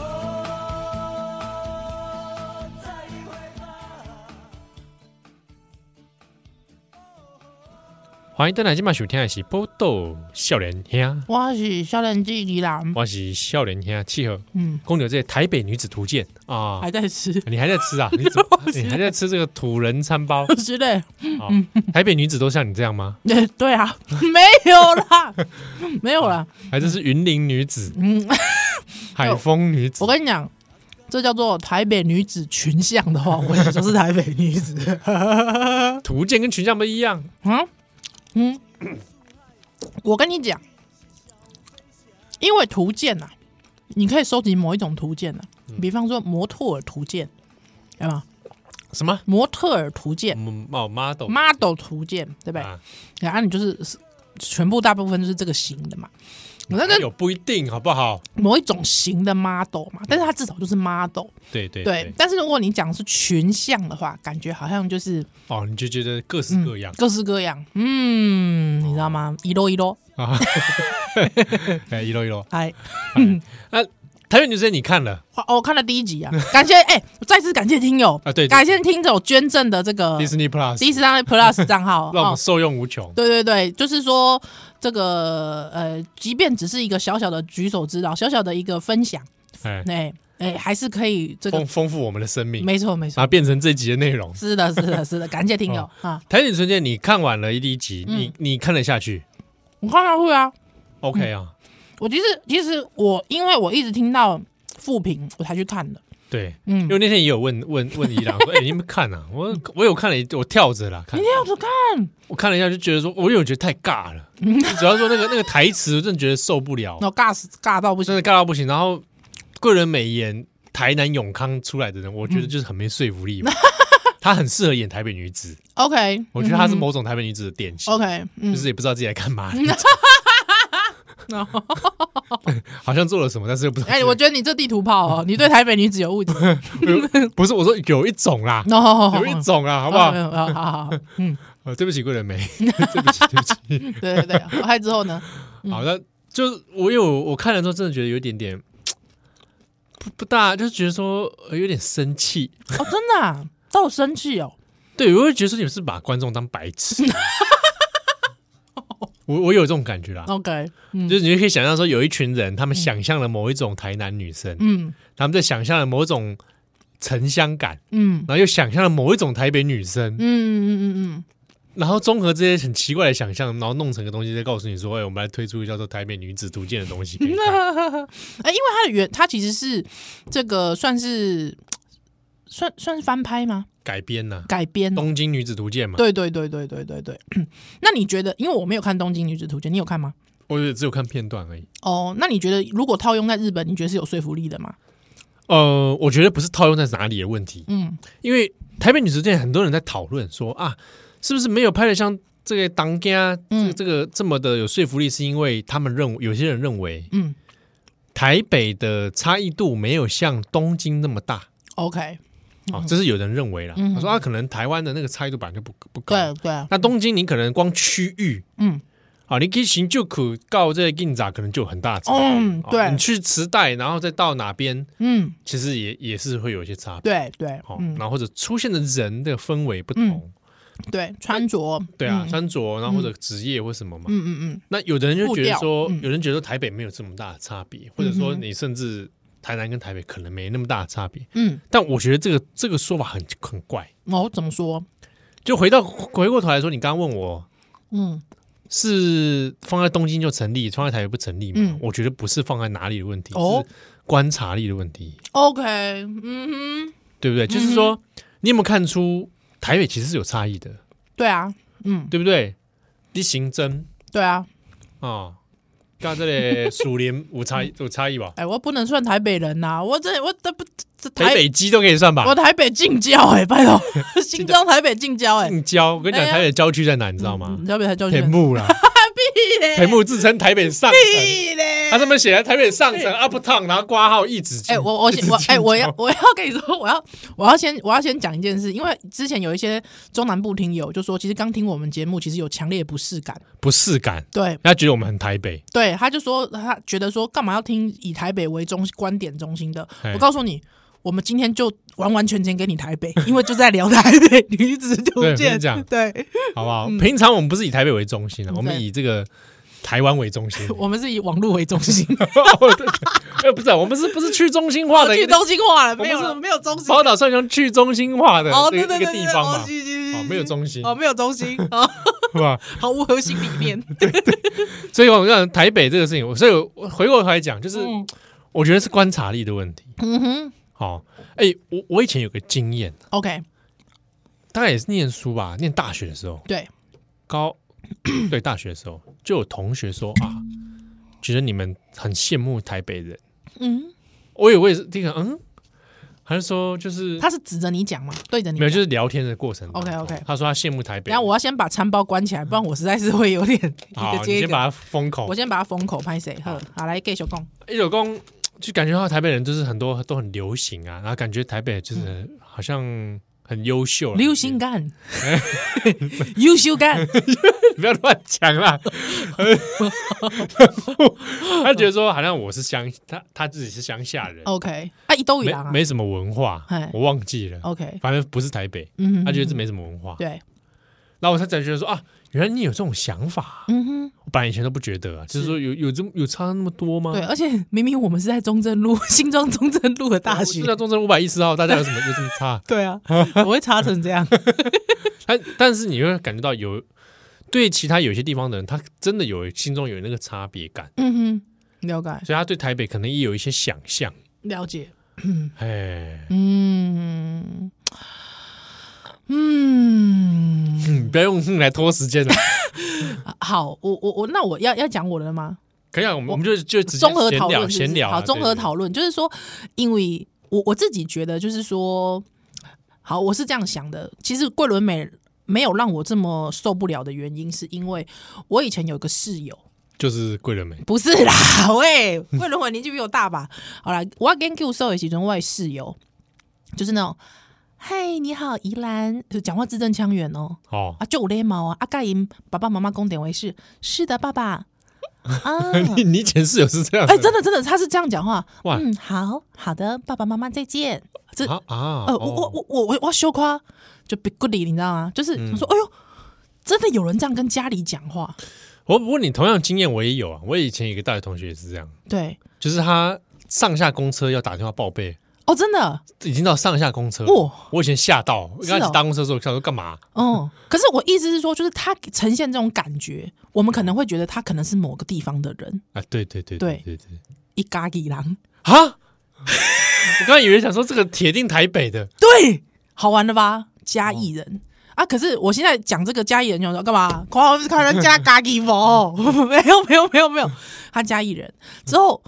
Speaker 2: 欢迎登来今晚收听的是《波豆笑脸兄》，
Speaker 3: 我是少年机宜兰，
Speaker 2: 我是笑脸兄契合
Speaker 3: 嗯，
Speaker 2: 公牛这台北女子图鉴啊。
Speaker 3: 还在 吃，
Speaker 2: 你还在吃啊？你怎 么？你还在吃这个土人餐包？
Speaker 3: 我觉得
Speaker 2: 哦
Speaker 3: 嗯
Speaker 2: 台北女子都像你这样 吗？
Speaker 3: 对对啊，没有啦， 没有啦。
Speaker 2: 还是是云林女子、
Speaker 3: 嗯，
Speaker 2: 海丰女子
Speaker 3: 我？跟你讲，这叫做台北女子群像的话，我也就是台北女子。
Speaker 2: 图鉴跟群像不一样，
Speaker 3: 嗯嗯，我跟你讲，因为图鉴呐、啊，你可以收集某一种图鉴呐、
Speaker 2: 嗯
Speaker 3: 啊，比方说模特儿图鉴，对吧？
Speaker 2: 什么？
Speaker 3: 模特儿图鉴、
Speaker 2: 嗯哦，model
Speaker 3: model 图鉴，对不对？
Speaker 2: 啊，
Speaker 3: 然后你就是全部大部分就是这个型的嘛。那个
Speaker 2: 有哎不一定好不好？
Speaker 3: 某一种型的 model 嘛，但是它至少就是 model，
Speaker 2: 对对
Speaker 3: 对。但是如果你讲的是群像的话，感觉好像就是
Speaker 2: 哦，你就觉得各式各 样
Speaker 3: 各式各样，嗯，你知道
Speaker 2: 哦
Speaker 3: 吗？一摞一摞，
Speaker 2: 啊，哎，一楼一楼。
Speaker 3: 哎，
Speaker 2: 台北女生你看了
Speaker 3: 哇哦我看了第一集 啊，感谢哎，我再次感谢听友
Speaker 2: 啊对对
Speaker 3: 感谢听友捐赠的这个
Speaker 2: Disney Plus，
Speaker 3: 啊 Disney Plus 账号
Speaker 2: 让我们
Speaker 3: 哦，
Speaker 2: 受用无穷。
Speaker 3: 对对对，就是说这个呃，即便只是一个小小的举手之劳，小小的一个分享，
Speaker 2: 哎，
Speaker 3: 哎哎，还是可以这
Speaker 2: 丰
Speaker 3: 个，
Speaker 2: 丰富我们的生命，
Speaker 3: 没错没错，
Speaker 2: 啊，变成这集的内容。
Speaker 3: 是的是的是的，感谢听友
Speaker 2: 哦
Speaker 3: 啊，
Speaker 2: 台北女生你看完了第一集，
Speaker 3: 嗯
Speaker 2: 你你看得下去
Speaker 3: 我看到会啊，
Speaker 2: ？OK 啊，
Speaker 3: 我其实其实我因为我一直听到复评，我才去看的。
Speaker 2: 对，
Speaker 3: 嗯，
Speaker 2: 因
Speaker 3: 你
Speaker 2: 为那天也有问问问伊 朗说，哎，你们看啊？我我有看了一，我跳着啦看
Speaker 3: 那，样子看，
Speaker 2: 我看了一下就觉得说，我有觉得太尬了， 主要说那个那个台词，我真的觉得受不了，
Speaker 3: 我尬死尬到不
Speaker 2: 真
Speaker 3: 行
Speaker 2: 的。尬到不行。然后贵人美颜台南永康出来的人，我觉得就是很没说服力嘛。 她很适合演台北女子，
Speaker 3: OK，
Speaker 2: 我觉得她是
Speaker 3: 嗯
Speaker 2: 某种台北女子的典型。
Speaker 3: OK，嗯，
Speaker 2: 就是也不知道自己来干 嘛 的那种， 好像做了什么，但是又不知道。
Speaker 3: 哦哎，我觉得你这地图炮哦，你对台北女子 有误解。
Speaker 2: 不是我说有一种啦，
Speaker 3: No，
Speaker 2: 有一种啦，好不好？
Speaker 3: 好好好好，嗯，
Speaker 2: 呃，对不起，桂纶镁，对不起，对不起。
Speaker 3: 对对对，嗨之后呢？
Speaker 2: 好，那就是我有我看了之后，真的觉得有一点点不不大，就是觉得说呃有点生气。
Speaker 3: 哦，真的啊，到我生气哦。
Speaker 2: 对，我会觉得说你们是把观众当白痴。 我我有这种感觉啦，
Speaker 3: OK，嗯
Speaker 2: 就是你就可以想象说，有一群人，他们想象了某一种台南女生，
Speaker 3: 嗯
Speaker 2: 他们在想象了某种城乡感，
Speaker 3: 嗯
Speaker 2: 然后又想象了某一种台北女生
Speaker 3: 嗯，嗯嗯嗯
Speaker 2: 然后综合这些很奇怪的想象，然后弄成个东西，再告诉你说，哎、我们来推出一个叫做《台北女子图鉴》的东西给你 看。
Speaker 3: 嗯，哎，因为它的原，它其实是这个算是算算是翻拍吗？
Speaker 2: 改编呐、
Speaker 3: 改编
Speaker 2: 《
Speaker 3: 哦
Speaker 2: 东京女子图鉴》嘛，
Speaker 3: 对对对对对对 对。那你觉得，因为我没有看《东京女子图鉴》，你有看吗？
Speaker 2: 我也只有看片段而已。
Speaker 3: 哦，那你觉得如果套用在日本，你觉得是有说服力的吗？
Speaker 2: 呃，我觉得不是套用在哪里的问题，
Speaker 3: 嗯
Speaker 2: 因为《台北女子图鉴》很多人在讨论说啊，是不是没有拍的像这个当家，这
Speaker 3: 嗯
Speaker 2: 个这个这么的有说服力，是因为他们认为有些人认为
Speaker 3: 嗯
Speaker 2: 台北的差异度没有像东京那么大。
Speaker 3: ，OK，
Speaker 2: 啊、这是有人认为啦。
Speaker 3: 嗯
Speaker 2: 他说啊，可能台湾的那个差异度本来就不不高。
Speaker 3: 对啊对，
Speaker 2: 那东京你可能光区域
Speaker 3: 嗯
Speaker 2: 啊，你可以行就可到这个印扎，可能就有很大的差别。
Speaker 3: 嗯
Speaker 2: 啊
Speaker 3: 对
Speaker 2: 你去池袋，然后再到哪边，
Speaker 3: 嗯，
Speaker 2: 其实也也是会有一些差别。
Speaker 3: 对对，
Speaker 2: 哦，
Speaker 3: 嗯
Speaker 2: 然后或者出现的人的氛围不同，
Speaker 3: 对，穿着，
Speaker 2: 对啊，
Speaker 3: 嗯
Speaker 2: 穿着，然后或者职业或什么嘛。
Speaker 3: 嗯嗯
Speaker 2: 那有的人就觉得说
Speaker 3: 步，调嗯嗯
Speaker 2: 有人觉得台北没有这么大的差别，或者说你甚至台南跟台北可能没那么大的差别。
Speaker 3: 嗯
Speaker 2: 但我觉得这个这个说法很很怪。
Speaker 3: 嗯，哦，怎么说？
Speaker 2: 就回到回过头来说，你刚刚问我
Speaker 3: 嗯
Speaker 2: 是放在东京就成立，放在台北不成立嘛？
Speaker 3: 嗯
Speaker 2: 我觉得不是放在哪里的问题，
Speaker 3: 哦
Speaker 2: 是观察力的问题，
Speaker 3: ，OK，嗯哼，
Speaker 2: 对不对？就是说，你有没有看出台北其实是有差异的，
Speaker 3: 对啊，嗯
Speaker 2: 对不对？你刑侦
Speaker 3: 对啊，
Speaker 2: 啊，刚这里属林有 差异有差异吧？
Speaker 3: 哎，我不能算台北人呐，我这我这不这
Speaker 2: 台
Speaker 3: 台哦
Speaker 2: 北鸡都可以算吧
Speaker 3: 我？台北 近郊哎，拜托，新疆台北近郊哎，
Speaker 2: 近郊，我跟你讲，
Speaker 3: 哎呀
Speaker 2: 台北郊区在哪？你知道吗
Speaker 3: 嗯？台北才叫
Speaker 2: 田木 啦，田木自称台北上层，
Speaker 3: 屁嘞
Speaker 2: 啊他上面写在台北上层 up town，然后挂号一指。
Speaker 3: 哎、我我
Speaker 2: 一直
Speaker 3: 先我
Speaker 2: 近
Speaker 3: 哎、我要
Speaker 2: 郊
Speaker 3: 我要跟你说，我要我要先我要先讲一件事，因为之前有一些中南部听友就说，其实刚听我们节目，其实有强烈的不适感。
Speaker 2: 不适感，
Speaker 3: 对
Speaker 2: 他觉得我们很台北。
Speaker 3: 对，他就说他觉得说干嘛要听以台北为中观点中心的
Speaker 2: 嘿？
Speaker 3: 我告诉你，我我们今天就完完全全给你台北，因为就在聊台北 女子
Speaker 2: 对我
Speaker 3: 图
Speaker 2: 跟
Speaker 3: 鉴
Speaker 2: 你讲，
Speaker 3: 对，
Speaker 2: 好不好？平常我们不是以台北为中心啊，我们
Speaker 3: 嗯对
Speaker 2: 以这个台湾为中 心。
Speaker 3: 我们是以网络为中心，
Speaker 2: 哦对呃，不是啊，我们是不是去中心化的一
Speaker 3: 去
Speaker 2: 个
Speaker 3: 中心化了，
Speaker 2: 们
Speaker 3: 没有
Speaker 2: 是
Speaker 3: 了没有中心。
Speaker 2: 宝岛算雄去中心化的
Speaker 3: 哦，
Speaker 2: 这
Speaker 3: 对
Speaker 2: 个
Speaker 3: 对
Speaker 2: 一
Speaker 3: 对
Speaker 2: 个地
Speaker 3: 对
Speaker 2: 方
Speaker 3: 哦
Speaker 2: 嘛，
Speaker 3: 是是
Speaker 2: 哦
Speaker 3: 是，
Speaker 2: 没有中心，
Speaker 3: 哦，没有中心，哦，
Speaker 2: 是吧？
Speaker 3: 毫无核心理 念。
Speaker 2: 所以我讲台北这个事情，我所以我回过头来讲，就是
Speaker 3: 嗯
Speaker 2: 我觉得是观察力的问题。
Speaker 3: 嗯哼
Speaker 2: 哦，哎，我我以前有个经验，
Speaker 3: ，OK，
Speaker 2: 大概也是念书吧，念大学的时候，
Speaker 3: 对，
Speaker 2: 高 对大学的时候，就有同学说啊，觉得你们很羡慕台北人。
Speaker 3: 嗯，
Speaker 2: 我以为是第一个，嗯，还是说就是
Speaker 3: 他是指着你讲嘛，对着你
Speaker 2: 没有，
Speaker 3: 讲。
Speaker 2: 就是聊天的过程当中。
Speaker 3: OK，OK
Speaker 2: 他说他羡慕台北人。
Speaker 3: 然后我要先把餐包关起来，不然我实在是会有点一
Speaker 2: 好，
Speaker 3: 个
Speaker 2: 你
Speaker 3: 接一
Speaker 2: 先
Speaker 3: 个。
Speaker 2: 把它封口
Speaker 3: 我。先把它封口拍谁？呵，好来继续讲。
Speaker 2: 一有公就感觉到台北人就是很多都很流行啊，然后感觉台北就是好像很优秀啊，
Speaker 3: 嗯流行感，优秀感，
Speaker 2: 不要乱讲 啦。 他觉得说好像我是乡，他他自己是乡下人，
Speaker 3: OK，啊，伊都有
Speaker 2: 没
Speaker 3: 人啊
Speaker 2: 没什么文化
Speaker 3: 哎，
Speaker 2: 我忘记了，
Speaker 3: ，OK，
Speaker 2: 反正不是台北，
Speaker 3: 嗯哼，
Speaker 2: 他觉得这没什么文化。
Speaker 3: 对，
Speaker 2: 然后我才才觉得说啊，原来你有这种想法啊，
Speaker 3: 嗯哼，
Speaker 2: 我本来以前都不觉得啊，就是说有有这么有差那么多吗？
Speaker 3: 对，啊而且明明我们是在中正路，新庄中正路的大学
Speaker 2: 是，在中正五百一十号，大家有什么有什么差？
Speaker 3: 对啊，我会差成这样，
Speaker 2: 但但是你会感觉到有对其他有些地方的人，他真的有心中有那个差别 感，
Speaker 3: 嗯哼，了解，
Speaker 2: 所以他对台北可能也有一些想象。
Speaker 3: 了解，
Speaker 2: 哎，
Speaker 3: 嗯，嗯，
Speaker 2: 嗯，不要用哼来拖时间了，
Speaker 3: 好，我我我，那我要要讲我的了吗？
Speaker 2: 可以啊，我们我们就就直接
Speaker 3: 综合
Speaker 2: 闲
Speaker 3: 讨
Speaker 2: 聊
Speaker 3: 论是不是，
Speaker 2: 闲聊啊，
Speaker 3: 好，综合
Speaker 2: 论
Speaker 3: 讨论就是说，因为我我自己觉得就是说，好，我是这样想的。其实桂纶镁没有让我这么受不了的原因，是因为我以前有个室友，
Speaker 2: 就是桂纶镁，
Speaker 3: 不是啦， 喂，桂纶镁年纪比我大吧？好啦，我要跟 Q 受的其中外室友，就是那种。嗨，你好，宜兰，就讲话字正腔圆哦。
Speaker 2: 哦，
Speaker 3: 啊，就有礼貌啊。啊，盖因爸爸妈妈公点为是，是的，爸爸。啊，
Speaker 2: 你你以前室友是这样的，
Speaker 3: 哎、真的真的，他是这样讲话。
Speaker 2: 哇
Speaker 3: 嗯，好好的，爸爸妈妈再见。这、
Speaker 2: 啊啊，
Speaker 3: 呃，我我
Speaker 2: 哦
Speaker 3: 我我我我要羞夸，就 big good 你知道吗？就是
Speaker 2: 嗯
Speaker 3: 他说，哎呦，真的有人这样跟家里讲话，
Speaker 2: 我不过你同样经验我也有啊，我以前有一个大学同学也是这样，
Speaker 3: 对，
Speaker 2: 就是他上下公车要打电话报备，
Speaker 3: 哦，真的，
Speaker 2: 已经到上下公车了，
Speaker 3: 哇
Speaker 2: 我以前吓到，
Speaker 3: 是
Speaker 2: 刚开
Speaker 3: 哦
Speaker 2: 始搭公车的时候想说干嘛？
Speaker 3: 嗯。可是我意思是说，就是他呈现这种感觉，我们可能会觉得他可能是某个地方的人，
Speaker 2: 啊，对对对
Speaker 3: 对
Speaker 2: 对对。
Speaker 3: 一嘎一狼，
Speaker 2: 啊！我刚才以为想说这个铁定台北的，
Speaker 3: 对，好玩的吧？嘉义人。啊！可是我现在讲这个嘉义人，就说干嘛？夸我夸人家嘉义佛？ 没有没有没有没有，他嘉义人。之后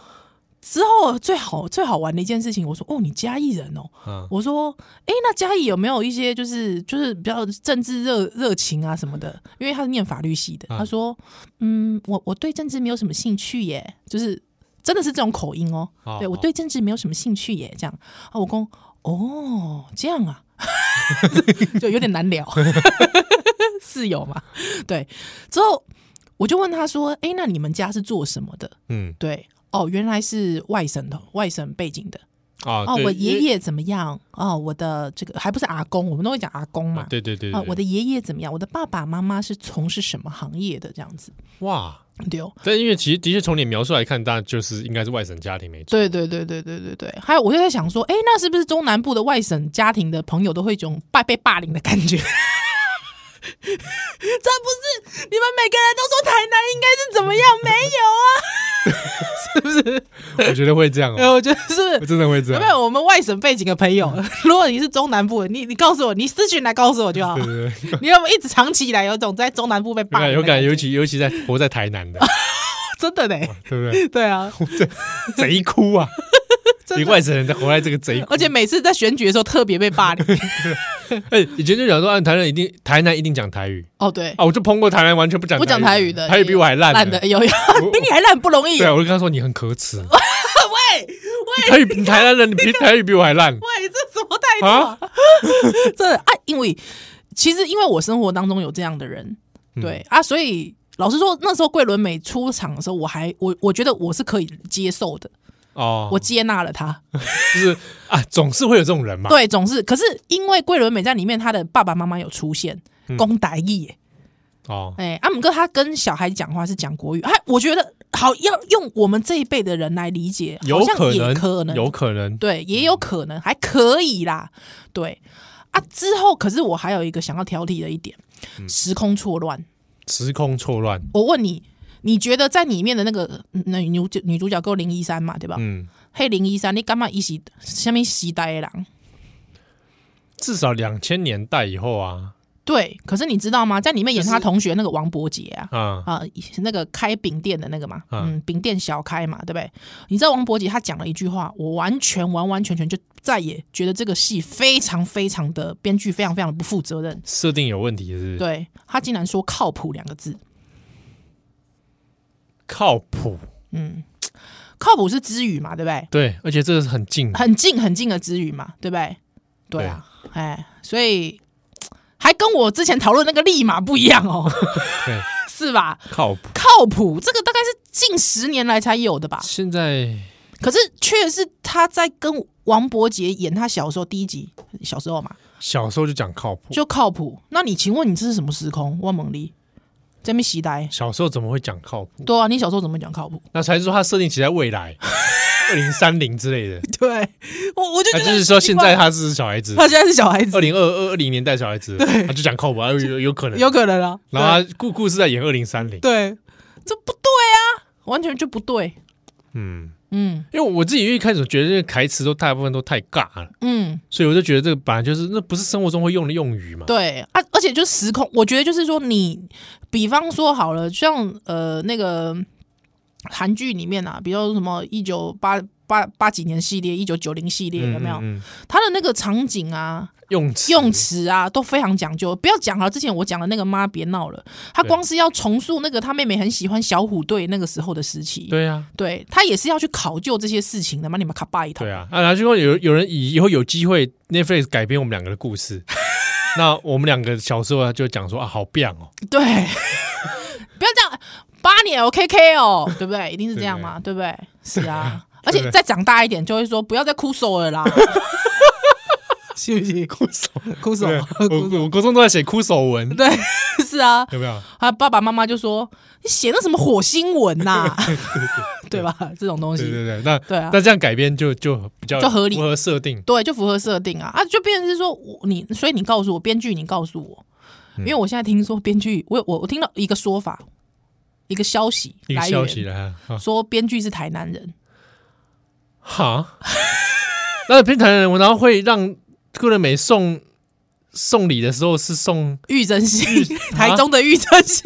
Speaker 3: 之后最好最好玩的一件事情，我说哦，你嘉义人哦。
Speaker 2: 嗯，
Speaker 3: 我说诶，那嘉义有没有一些就是就是比较政治热热情啊什么的？因为他是念法律系的，
Speaker 2: 啊
Speaker 3: 他说嗯，我我对政治没有什么兴趣耶，就是真的是这种口音哦。
Speaker 2: 哦
Speaker 3: 对我
Speaker 2: 哦
Speaker 3: 对政治没有什么兴趣耶，这样啊，我公哦这样啊， 就有点难聊， 室友嘛，对，之后我就问他说，诶，那你们家是做什么的？
Speaker 2: 嗯
Speaker 3: 对，哦，原来是外省的，外省背景的。
Speaker 2: 啊，
Speaker 3: 哦，
Speaker 2: 对
Speaker 3: 我爷，爷怎么样？哦，我的这个还不是阿公，我们都会讲阿公
Speaker 2: 因为
Speaker 3: 嘛。
Speaker 2: 啊对对对，
Speaker 3: 啊
Speaker 2: 对
Speaker 3: 我的爷爷怎么样？我的爸爸妈妈是从事什么行业的？这样子，
Speaker 2: 哇！
Speaker 3: 对哦，
Speaker 2: 但因为其实的确从你描述来看，当然就是应该是外省家庭没错，
Speaker 3: 对对对对对对对。还有，我就在想说，哎，那是不是中南部的外省家庭的朋友都会有一种霸被霸凌的感觉？这 不是你们每个人都说台南应该是怎么样？没 有
Speaker 2: 我觉得会这样
Speaker 3: 啊，
Speaker 2: 哦，
Speaker 3: 我觉得是不
Speaker 2: 我
Speaker 3: 是？
Speaker 2: 真的会这
Speaker 3: 有
Speaker 2: 样
Speaker 3: 没，有我们外省背景的朋友？ 如果你是中南部的，你你告诉我，你私讯来告诉我就好
Speaker 2: 对。对对，
Speaker 3: 你有没有一直长期以来有种在中南部被
Speaker 2: 有
Speaker 3: 霸
Speaker 2: 感
Speaker 3: 凌？
Speaker 2: 有感，尤其尤其在活在台南的，
Speaker 3: 真的呢，
Speaker 2: 对不对？
Speaker 3: 对啊，
Speaker 2: 贼哭啊！
Speaker 3: 真
Speaker 2: 一
Speaker 3: 的。
Speaker 2: 外省人在活在这个贼窟，
Speaker 3: 而且每次在选举的时候特别被霸凌。
Speaker 2: 哎，以前就讲说，啊，台南一定台南一定讲台语
Speaker 3: 哦，对，
Speaker 2: 啊，我就碰过台南完全不讲
Speaker 3: 不讲台语的，
Speaker 2: 台语比我还烂
Speaker 3: 烂
Speaker 2: 呢
Speaker 3: 的，有有
Speaker 2: 我
Speaker 3: 比你还烂不容易。
Speaker 2: 对啊，我就跟他说你很可 耻，
Speaker 3: 喂
Speaker 2: 台语你台南人，你比台语比我还烂
Speaker 3: 喂，这什么态度啊？ 这啊，因为其实因为我生活当中有这样的人，
Speaker 2: 嗯
Speaker 3: 对啊，所以老实说，那时候桂纶镁出场的时候，我还我我觉得我是可以接受的，
Speaker 2: 哦，
Speaker 3: 我接纳了他。
Speaker 2: 就是啊，总是会有这种人嘛。
Speaker 3: 对，总是可是因为桂纶镁在里面，他的爸爸妈妈有出现，
Speaker 2: 嗯
Speaker 3: 公台义耶，
Speaker 2: 哦，
Speaker 3: 哎、阿姆哥他跟小孩讲话是讲国语，哎，我觉得好要用我们这一辈的人来理解，
Speaker 2: 有
Speaker 3: 好像
Speaker 2: 可
Speaker 3: 也
Speaker 2: 能，
Speaker 3: 可能，
Speaker 2: 有可能。
Speaker 3: 对，也有可能，还可以啦，对啊。之后可是我还有一个想要挑剔的一点，
Speaker 2: 嗯
Speaker 3: 时空错乱。
Speaker 2: 时空错乱，
Speaker 3: 我问你，你觉得在里面的那个嗯那女主女主角够零一三嘛，对吧？
Speaker 2: 嗯，
Speaker 3: 嘿，零一三，你干嘛一起下面时代的人？
Speaker 2: 至少两千年代以后啊，
Speaker 3: 对，可是你知道吗？在里面演
Speaker 2: 就是
Speaker 3: 他同学那个王伯杰啊，
Speaker 2: 啊，
Speaker 3: 啊、那个开饼店的那个嘛，
Speaker 2: 啊
Speaker 3: 嗯，饼店小开嘛，对不对？你知道王伯杰他讲了一句话，我完全完完全全就再也觉得这个戏非常非常的编剧非常非常的不负责任。
Speaker 2: 设定有问题是不是？，
Speaker 3: 对他竟然说“靠谱”两个字，
Speaker 2: 靠谱，
Speaker 3: 靠谱是知语嘛，对不对？
Speaker 2: 对，而且这个是很 近的，
Speaker 3: 很近很近的知语嘛，对不对？对啊，哎，所以还跟我之前讨论那个立马不一样哦，
Speaker 2: 对，
Speaker 3: 是吧？
Speaker 2: 靠谱。
Speaker 3: 靠谱这个大概是近十年来才有的吧？
Speaker 2: 现在
Speaker 3: 可是确实是他在跟王伯杰演他小时候第一集，小时候嘛
Speaker 2: 小时候就讲靠谱，
Speaker 3: 就靠谱。那你请问你这是什么时空？汪猛利在那时代？
Speaker 2: 小时候怎么会讲靠谱？
Speaker 3: 对啊，你小时候怎么讲靠谱？
Speaker 2: 那才是说它设定其实在未来，二零三零之类的。
Speaker 3: 对我我就
Speaker 2: 那
Speaker 3: 觉得
Speaker 2: 就是说
Speaker 3: 很奇
Speaker 2: 现
Speaker 3: 怪
Speaker 2: 在他是哦小孩子，
Speaker 3: 他现在是小孩
Speaker 2: 二
Speaker 3: 子，
Speaker 2: 零二二二零年代小孩子，他就讲靠谱，啊有有有可能。
Speaker 3: 有可能啊。
Speaker 2: 然后他故故事在演二零三零，
Speaker 3: 对，这不对啊，完全就不对。
Speaker 2: 嗯，
Speaker 3: 嗯
Speaker 2: 因为我自己一开始觉得这个台词都大部分都太尬了，
Speaker 3: 嗯，
Speaker 2: 所以我就觉得这个本来就是那不是生活中会用的用语嘛。
Speaker 3: 对啊，而且就是时空，我觉得就是说你，比方说好了，像呃那个韩剧里面啊，比如说什么一九八八八几年系列、一九九零系列
Speaker 2: 嗯，
Speaker 3: 有没有？
Speaker 2: 嗯嗯
Speaker 3: 它的那个场景啊、
Speaker 2: 用词
Speaker 3: 用词啊都非常讲究。不要讲了，之前我讲的那个妈别闹了，他
Speaker 2: 对
Speaker 3: 光是要重塑那个他妹妹很喜欢小虎队那个时候的时期，
Speaker 2: 对啊，
Speaker 3: 对他也是要去考究这些事情的嘛。你们卡巴一套，
Speaker 2: 对啊，啊，然后就说有有人以以后有机会 Netflix 改编我们两个的故 事，那我们两个小时候啊就讲说啊，好棒哦，
Speaker 3: 对， 不要这样，八年 OKK 哦，对不对？一定是这样嘛，对不对？是啊，而且再长大一点就会说不要再哭手了啦，
Speaker 4: 是不是？
Speaker 2: 哭手，
Speaker 4: 哭手
Speaker 2: 对，我我国中都在写哭手文，
Speaker 3: 对，是啊，
Speaker 2: 有没有？
Speaker 3: 他爸爸妈妈就说你写那什么火星文 呐、 对吧？这种东
Speaker 2: 对
Speaker 3: 西。
Speaker 2: 对对，那
Speaker 3: 对啊
Speaker 2: 那这样改编就就比较
Speaker 3: 就合理
Speaker 2: 符合设定，
Speaker 3: 对，就符合设定啊啊，就变成是说我你，所以你告诉我编剧，你告诉我，
Speaker 2: 嗯
Speaker 3: 因为我现在听说编剧，我有我我听到一个说法，一个消息
Speaker 2: 一个
Speaker 3: 来
Speaker 2: 消息
Speaker 3: 源
Speaker 2: 了哈。啊
Speaker 3: 说编剧是台南人，
Speaker 2: 哈， 那平台人，然后会让顾仁美送送礼的时候是送
Speaker 3: 玉珍心，
Speaker 2: 啊
Speaker 3: 台中的玉珍心，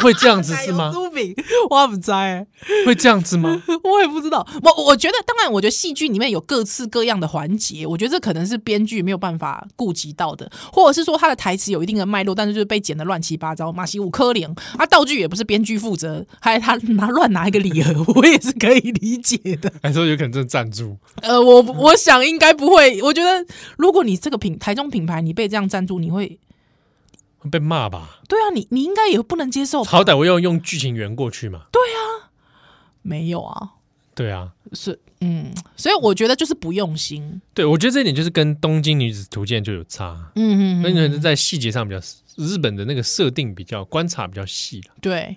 Speaker 2: 会这样子是吗？
Speaker 3: 猪饼，我也不知道欸，
Speaker 2: 会这样子 吗？
Speaker 3: 我也不知道。我我觉得，当然，我觉得戏剧里面有各式各样的环节，我觉得这可能是编剧没有办法顾及到的，或者是说他的台词有一定的脉络，但是就是被剪得乱七八糟，马西五颗零啊，道具也不是编剧负责，还他拿乱拿一个礼盒， 我也是可以理解的。
Speaker 2: 还说有可能真的赞助？
Speaker 3: 呃，我我想应该不会，我觉得如果你这个品台中品牌你被这样赞助，你会
Speaker 2: 会被骂吧？
Speaker 3: 对啊，你你应该也不能接受吧？
Speaker 2: 好歹我要用剧情圆过去嘛。
Speaker 3: 没有啊，
Speaker 2: 对啊，
Speaker 3: 是嗯，所以我觉得就是不用心，
Speaker 2: 对，我觉得这一点就是跟《东京女子图鉴》就有差，
Speaker 3: 嗯嗯
Speaker 2: 那
Speaker 3: 嗯，
Speaker 2: 可能在细节上比较，日本的那个设定比较观察比较细了。
Speaker 3: 对。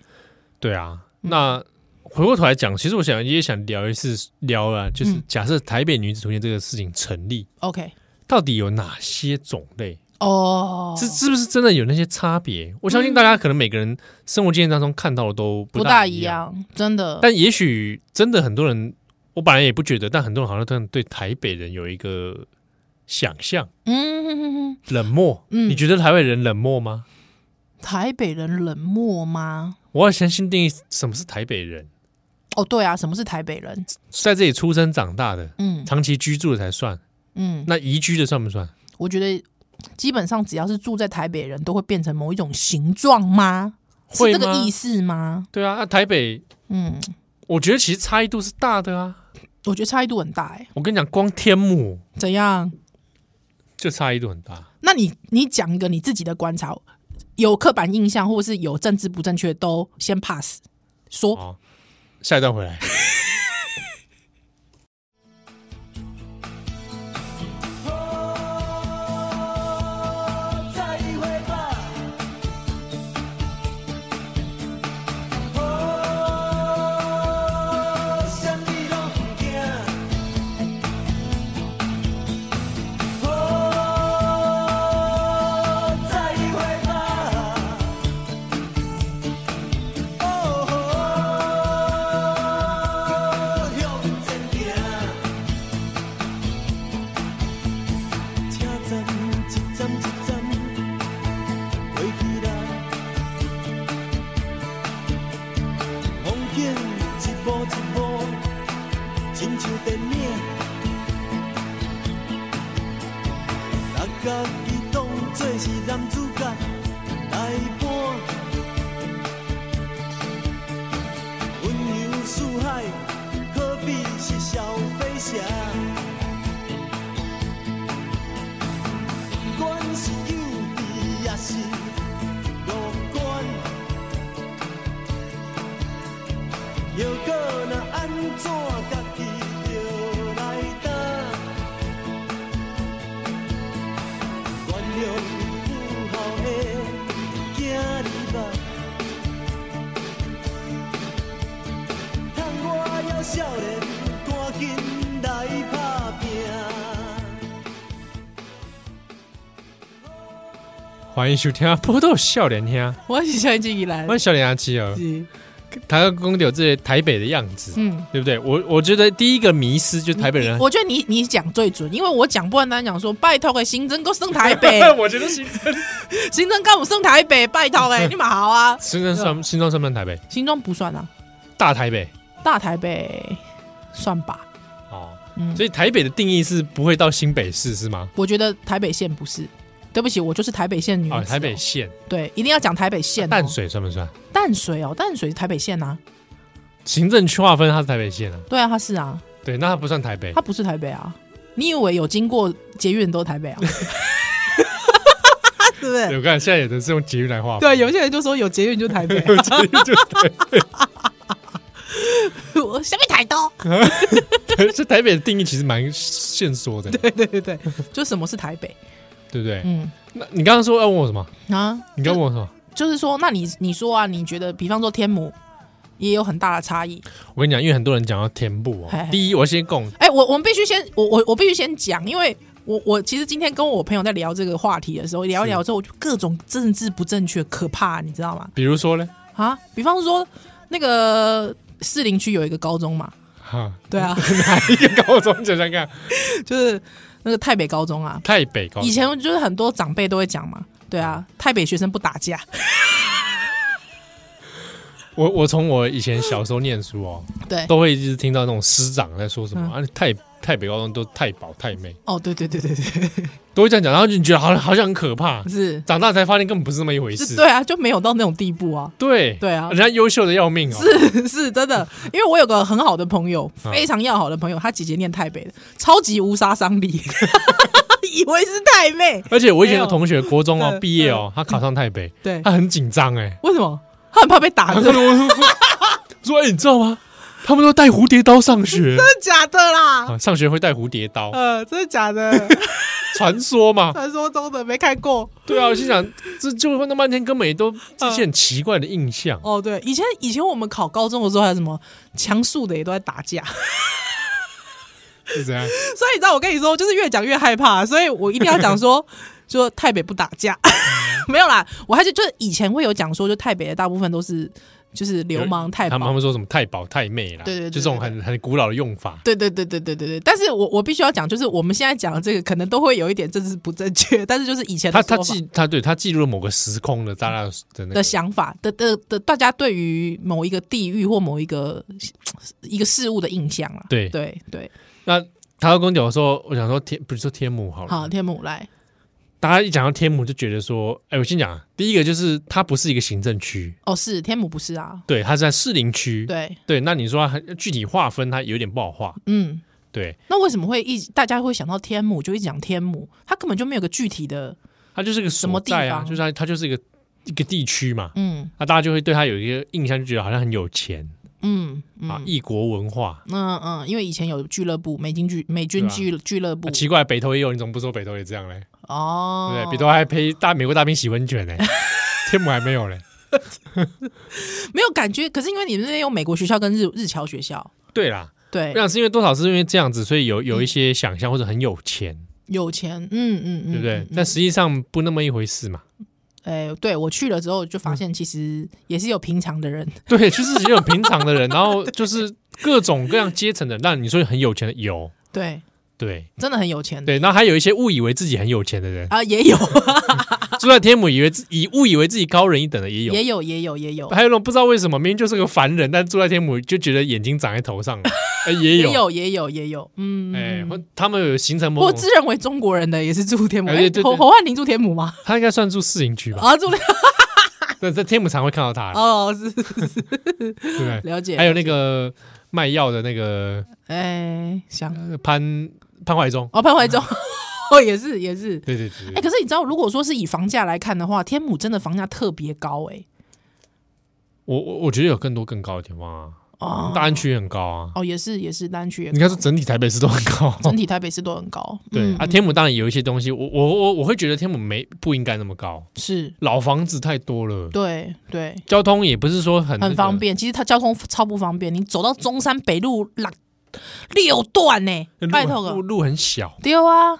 Speaker 2: 对啊，
Speaker 3: 嗯
Speaker 2: 那回过头来讲，其实我想也想聊一次聊啊，就是
Speaker 3: 嗯
Speaker 2: 假设台北女子图鉴这个事情成立，
Speaker 3: OK，
Speaker 2: 到底有哪些种类？
Speaker 3: 哦，
Speaker 2: 是是不是真的有那些差别？我相信大家可能每个人生活经验当中看到的都
Speaker 3: 不
Speaker 2: 大
Speaker 3: 大一
Speaker 2: 样，
Speaker 3: 样，真的。
Speaker 2: 但也许真的很多人，我本来也不觉得，但很多人好像真的对台北人有一个想象，
Speaker 3: 嗯哼哼哼，
Speaker 2: 冷漠。
Speaker 3: 嗯
Speaker 2: 你觉得台北人冷漠吗？
Speaker 3: 台北人冷漠吗？
Speaker 2: 我要先先定义什么是台北人，
Speaker 3: 哦，对啊，什么是台北人？
Speaker 2: 是在这里出生长大的，
Speaker 3: 嗯
Speaker 2: 长期居住的才算。
Speaker 3: 嗯，
Speaker 2: 那移居的算不算？
Speaker 3: 我觉得基本上只要是住在台北人都会变成某一种形状吗？
Speaker 2: 会
Speaker 3: 是这个
Speaker 2: 吗
Speaker 3: 意思吗？
Speaker 2: 对啊，那台北，
Speaker 3: 嗯，
Speaker 2: 我觉得其实差异度是大的啊。
Speaker 3: 我觉得差异度很大哎、
Speaker 2: 我跟你讲，光天母
Speaker 3: 怎样？
Speaker 2: 就差异度很大。
Speaker 3: 那你你讲一个你自己的观察，有刻板印象或者是有政治不正确
Speaker 2: 哦
Speaker 3: 都先 pass。说
Speaker 2: 好，下一段回来。
Speaker 1: 领，把家己当作是男主角来扮，温柔似海，可比是小飞侠。不管是幼稚，也是乐观。又搁若安怎，家己着来担。原谅母校的囝儿吧，趁我还少年，赶紧来打拼。
Speaker 2: 欢迎收听《波豆笑脸听》，
Speaker 3: 我是想起以来
Speaker 2: 欢迎笑脸阿七哦。
Speaker 3: 是
Speaker 2: 他要公有这台北的样子，
Speaker 3: 嗯。
Speaker 2: 对不对？我我觉得第一个迷失就是台北人啊
Speaker 3: 你，我觉得你你讲最准，因为我讲不然单讲说，拜托诶，行政够上 台北，
Speaker 2: 我觉得新。
Speaker 3: 行政干部上台北，拜托诶，你蛮好啊
Speaker 2: 新庄算新庄算不算台北？
Speaker 3: 新庄不算啊，
Speaker 2: 大台北
Speaker 3: 大台北算吧。
Speaker 2: 哦，
Speaker 3: 嗯
Speaker 2: 所以台北的定义是不会到新北市是吗？
Speaker 3: 我觉得台北县不是，对不起，我就是台北县女子、
Speaker 2: 哦，台北县
Speaker 3: 对，一定要讲台北县、哦。
Speaker 2: 淡水算不算？
Speaker 3: 淡水哦，淡水是台北县啊。
Speaker 2: 行政区划分它是台北县啊，
Speaker 3: 对啊，它是啊，
Speaker 2: 对，那它不算台北
Speaker 3: 它。不是台北啊。你以为有经过捷运都是台北啊？ 是不
Speaker 2: 对啊
Speaker 3: 是？
Speaker 2: 我看现在有的是用捷运来划分，
Speaker 3: 对，有些人就说有捷运就台北、 啊，
Speaker 2: 捷运就
Speaker 3: 我下面台东。
Speaker 2: 这台北的定义其实蛮线索的，对
Speaker 3: 对对对，就什么是台北？
Speaker 2: 不对？
Speaker 3: 嗯
Speaker 2: 那你刚刚说要问我什么？
Speaker 3: 啊，
Speaker 2: 你刚刚问我什么？
Speaker 3: 就是说，那你你说啊，你觉得，比方说天母也有很大的差异。
Speaker 2: 我跟你讲，因为很多人讲到填补
Speaker 3: 嘿
Speaker 2: 哦，第一我先供
Speaker 3: 哎、我我们必须先，我我我必须先讲，因为我我其实今天跟我朋友在聊这个话题的时候，聊一聊之后，我就各种政治不正确，可怕，你知道吗？
Speaker 2: 比如说 呢，
Speaker 3: 啊，比方说那个士林区有一个高中嘛，
Speaker 2: 哈，
Speaker 3: 对 啊，
Speaker 2: 哪一个高中想想看，
Speaker 3: 就是那个台北高中啊，
Speaker 2: 台北哦高中
Speaker 3: 以前就是很多长辈都会讲嘛，对啊，台北学生不打架，
Speaker 2: 我我从我以前小时候念书哦，
Speaker 3: 对，
Speaker 2: 都会一直听到那种师长在说什么
Speaker 3: 哎嗯
Speaker 2: 啊，太太北高中都太保太妹，
Speaker 3: 哦，对对对对对，
Speaker 2: 都会这样讲，然后就觉得好像好像很可怕，
Speaker 3: 是
Speaker 2: 长大才发现根本不是那么一回
Speaker 3: 嗯是，
Speaker 2: 事。
Speaker 3: 对啊，就没有到那种地步啊，
Speaker 2: 对
Speaker 3: 对啊
Speaker 2: 人家优秀的要命哦，
Speaker 3: 是 是真的，因为我有个很好的 朋友，
Speaker 2: 啊
Speaker 3: 非常要好的朋友，他姐姐念台北的，超级无杀伤力， 以为是太妹，
Speaker 2: 而且我以前的
Speaker 3: 没有
Speaker 2: 同学国中哦
Speaker 3: 对
Speaker 2: 毕业哦，他考上台北，
Speaker 3: 对
Speaker 2: 他很紧张哎，
Speaker 3: 为什么？他很怕被打，
Speaker 2: 他跟
Speaker 3: 真的
Speaker 2: 我说 说哎，你知道吗？他们都带蝴蝶刀上 学，
Speaker 3: 假的啦？
Speaker 2: 啊，上学会带蝴蝶 刀，
Speaker 3: 呃，真的假 的？
Speaker 2: 传说嘛。
Speaker 3: 传说中的没看过
Speaker 2: 对啊，我心想这就那半天根本也都这些很奇怪的印象。
Speaker 3: 嗯哦。对，以前以前我们考高中的时候，还有什么强速的也都在打架，
Speaker 2: 是怎样？
Speaker 3: 所以你知道我跟你说，就是越讲越害怕，所以我一定要 讲说，说台北不打架，
Speaker 2: 嗯
Speaker 3: 没有啦，我还是就是以前会有讲说，就台北的大部分都是就是流氓太
Speaker 2: 他
Speaker 3: 保
Speaker 2: 们他们说什么太保太妹啦，
Speaker 3: 对对对
Speaker 2: 就这种很很古老的用法。
Speaker 3: 对对对对对对对，但是我我必须要讲，就是我们现在讲的这个可能都会有一点政治不正确， 但是就是以前的
Speaker 2: 他他
Speaker 3: 说法
Speaker 2: 记他对他记录了某个时空的大家的那
Speaker 3: 的
Speaker 2: 个
Speaker 3: 想法的的的，大家对于某一个地域或某一个呃一个事物的印象啦。
Speaker 2: 对
Speaker 3: 对对，
Speaker 2: 那他要跟我讲说，我想说天，比如说天母好了，
Speaker 3: 好，天母来，
Speaker 2: 大家一讲到天母就觉得说，哎，我先讲啊，第一个就是它不是一个行政区，
Speaker 3: 哦，是天母不是啊？
Speaker 2: 对，它是在士林区，
Speaker 3: 对，
Speaker 2: 对。那你说它具体划分，它有点不好划，
Speaker 3: 嗯，
Speaker 2: 对，
Speaker 3: 那为什么会一直大家会想到天母，就一直讲天母，它根本就没有个具体的，
Speaker 2: 它就是个
Speaker 3: 什么
Speaker 2: 所在
Speaker 3: 地
Speaker 2: 啊，
Speaker 3: 方
Speaker 2: 就是它它就是一个一个地区嘛，
Speaker 3: 嗯
Speaker 2: 那大家就会对它有一个印象，就觉得好像很有钱
Speaker 3: 嗯
Speaker 2: 啊，
Speaker 3: 嗯
Speaker 2: 异国文化。
Speaker 3: 嗯嗯，因为以前有俱乐部，美军俱美军
Speaker 2: 对啊
Speaker 3: 俱俱乐部
Speaker 2: 啊、奇怪，北投也有，你怎么不说北投也这样嘞？
Speaker 3: 哦，
Speaker 2: 对不对，北投还陪大美国大兵洗温 泉呢，天母还没有嘞。
Speaker 3: 没有感觉，可是因为你们那边有美国学校跟日日侨学校，
Speaker 2: 对啦，
Speaker 3: 对，嗯
Speaker 2: 那是因为多少是因为这样子，所以有有一些想象或者很有钱，
Speaker 3: 有钱，嗯嗯嗯，
Speaker 2: 对不对
Speaker 3: 嗯？嗯
Speaker 2: 但实际上不那么一回事嘛。
Speaker 3: 哎、对我去了之后
Speaker 2: 嗯
Speaker 3: 就发现，其实也是有平常 的人，
Speaker 2: 对，就是也有平常的人，然后就是各种各样阶层的。那你说很有钱的有，
Speaker 3: 对，
Speaker 2: 对
Speaker 3: 真的很有钱的
Speaker 2: 对，那还有一些误以为自己很有钱的 人，
Speaker 3: 啊，也有，
Speaker 2: 住在天母以为自以误以为自己高人一等的 也有。
Speaker 3: 也有，也有，也有，
Speaker 2: 还有那种不知道为什么明明就是个凡人，但住在天母就觉得眼睛长在头上了，哎也
Speaker 3: 也
Speaker 2: 有，
Speaker 3: 有也有也有，嗯，
Speaker 2: 哎，或他们有形成某
Speaker 3: 我
Speaker 2: 种
Speaker 3: 自，认为中国人的也是住天母，
Speaker 2: 哎
Speaker 3: 哎
Speaker 2: 对对
Speaker 3: 侯
Speaker 2: 对
Speaker 3: 侯汉林住天母吗？
Speaker 2: 他应该算住市营区吧？
Speaker 3: 啊，住了
Speaker 2: 在在天母常会看到他，
Speaker 3: 哦，啊是是是
Speaker 2: 对 不对？
Speaker 3: 了解。
Speaker 2: 还有那个卖药的那个
Speaker 3: 哎，想
Speaker 2: 呃潘潘怀忠，
Speaker 3: 哦，潘怀忠， 哦，也是也是。
Speaker 2: 嗯对对对
Speaker 3: 哎、
Speaker 2: 对，
Speaker 3: 可是你知道，如果说是以房价来看的话，天母真的房价特别高哎、
Speaker 2: 我我我觉得有更多更高的地方啊，
Speaker 3: 哦
Speaker 2: 大安区也很高啊，
Speaker 3: 哦，也是也是，单区也
Speaker 2: 应该说整体台北市都很 高，
Speaker 3: 整体台北市都很高。
Speaker 2: 对
Speaker 3: 嗯
Speaker 2: 啊，天母当然有一些东西，我我我我会觉得天母没不应该那么高，
Speaker 3: 是，
Speaker 2: 老房子太多了，
Speaker 3: 对对，
Speaker 2: 交通也不是说很、
Speaker 3: 很方，便。其实它交通超不方便，你走到中山北路六六段呢、
Speaker 2: 呃路
Speaker 3: 拜托
Speaker 2: 路
Speaker 3: 个。
Speaker 2: 路很小，
Speaker 3: 对啊，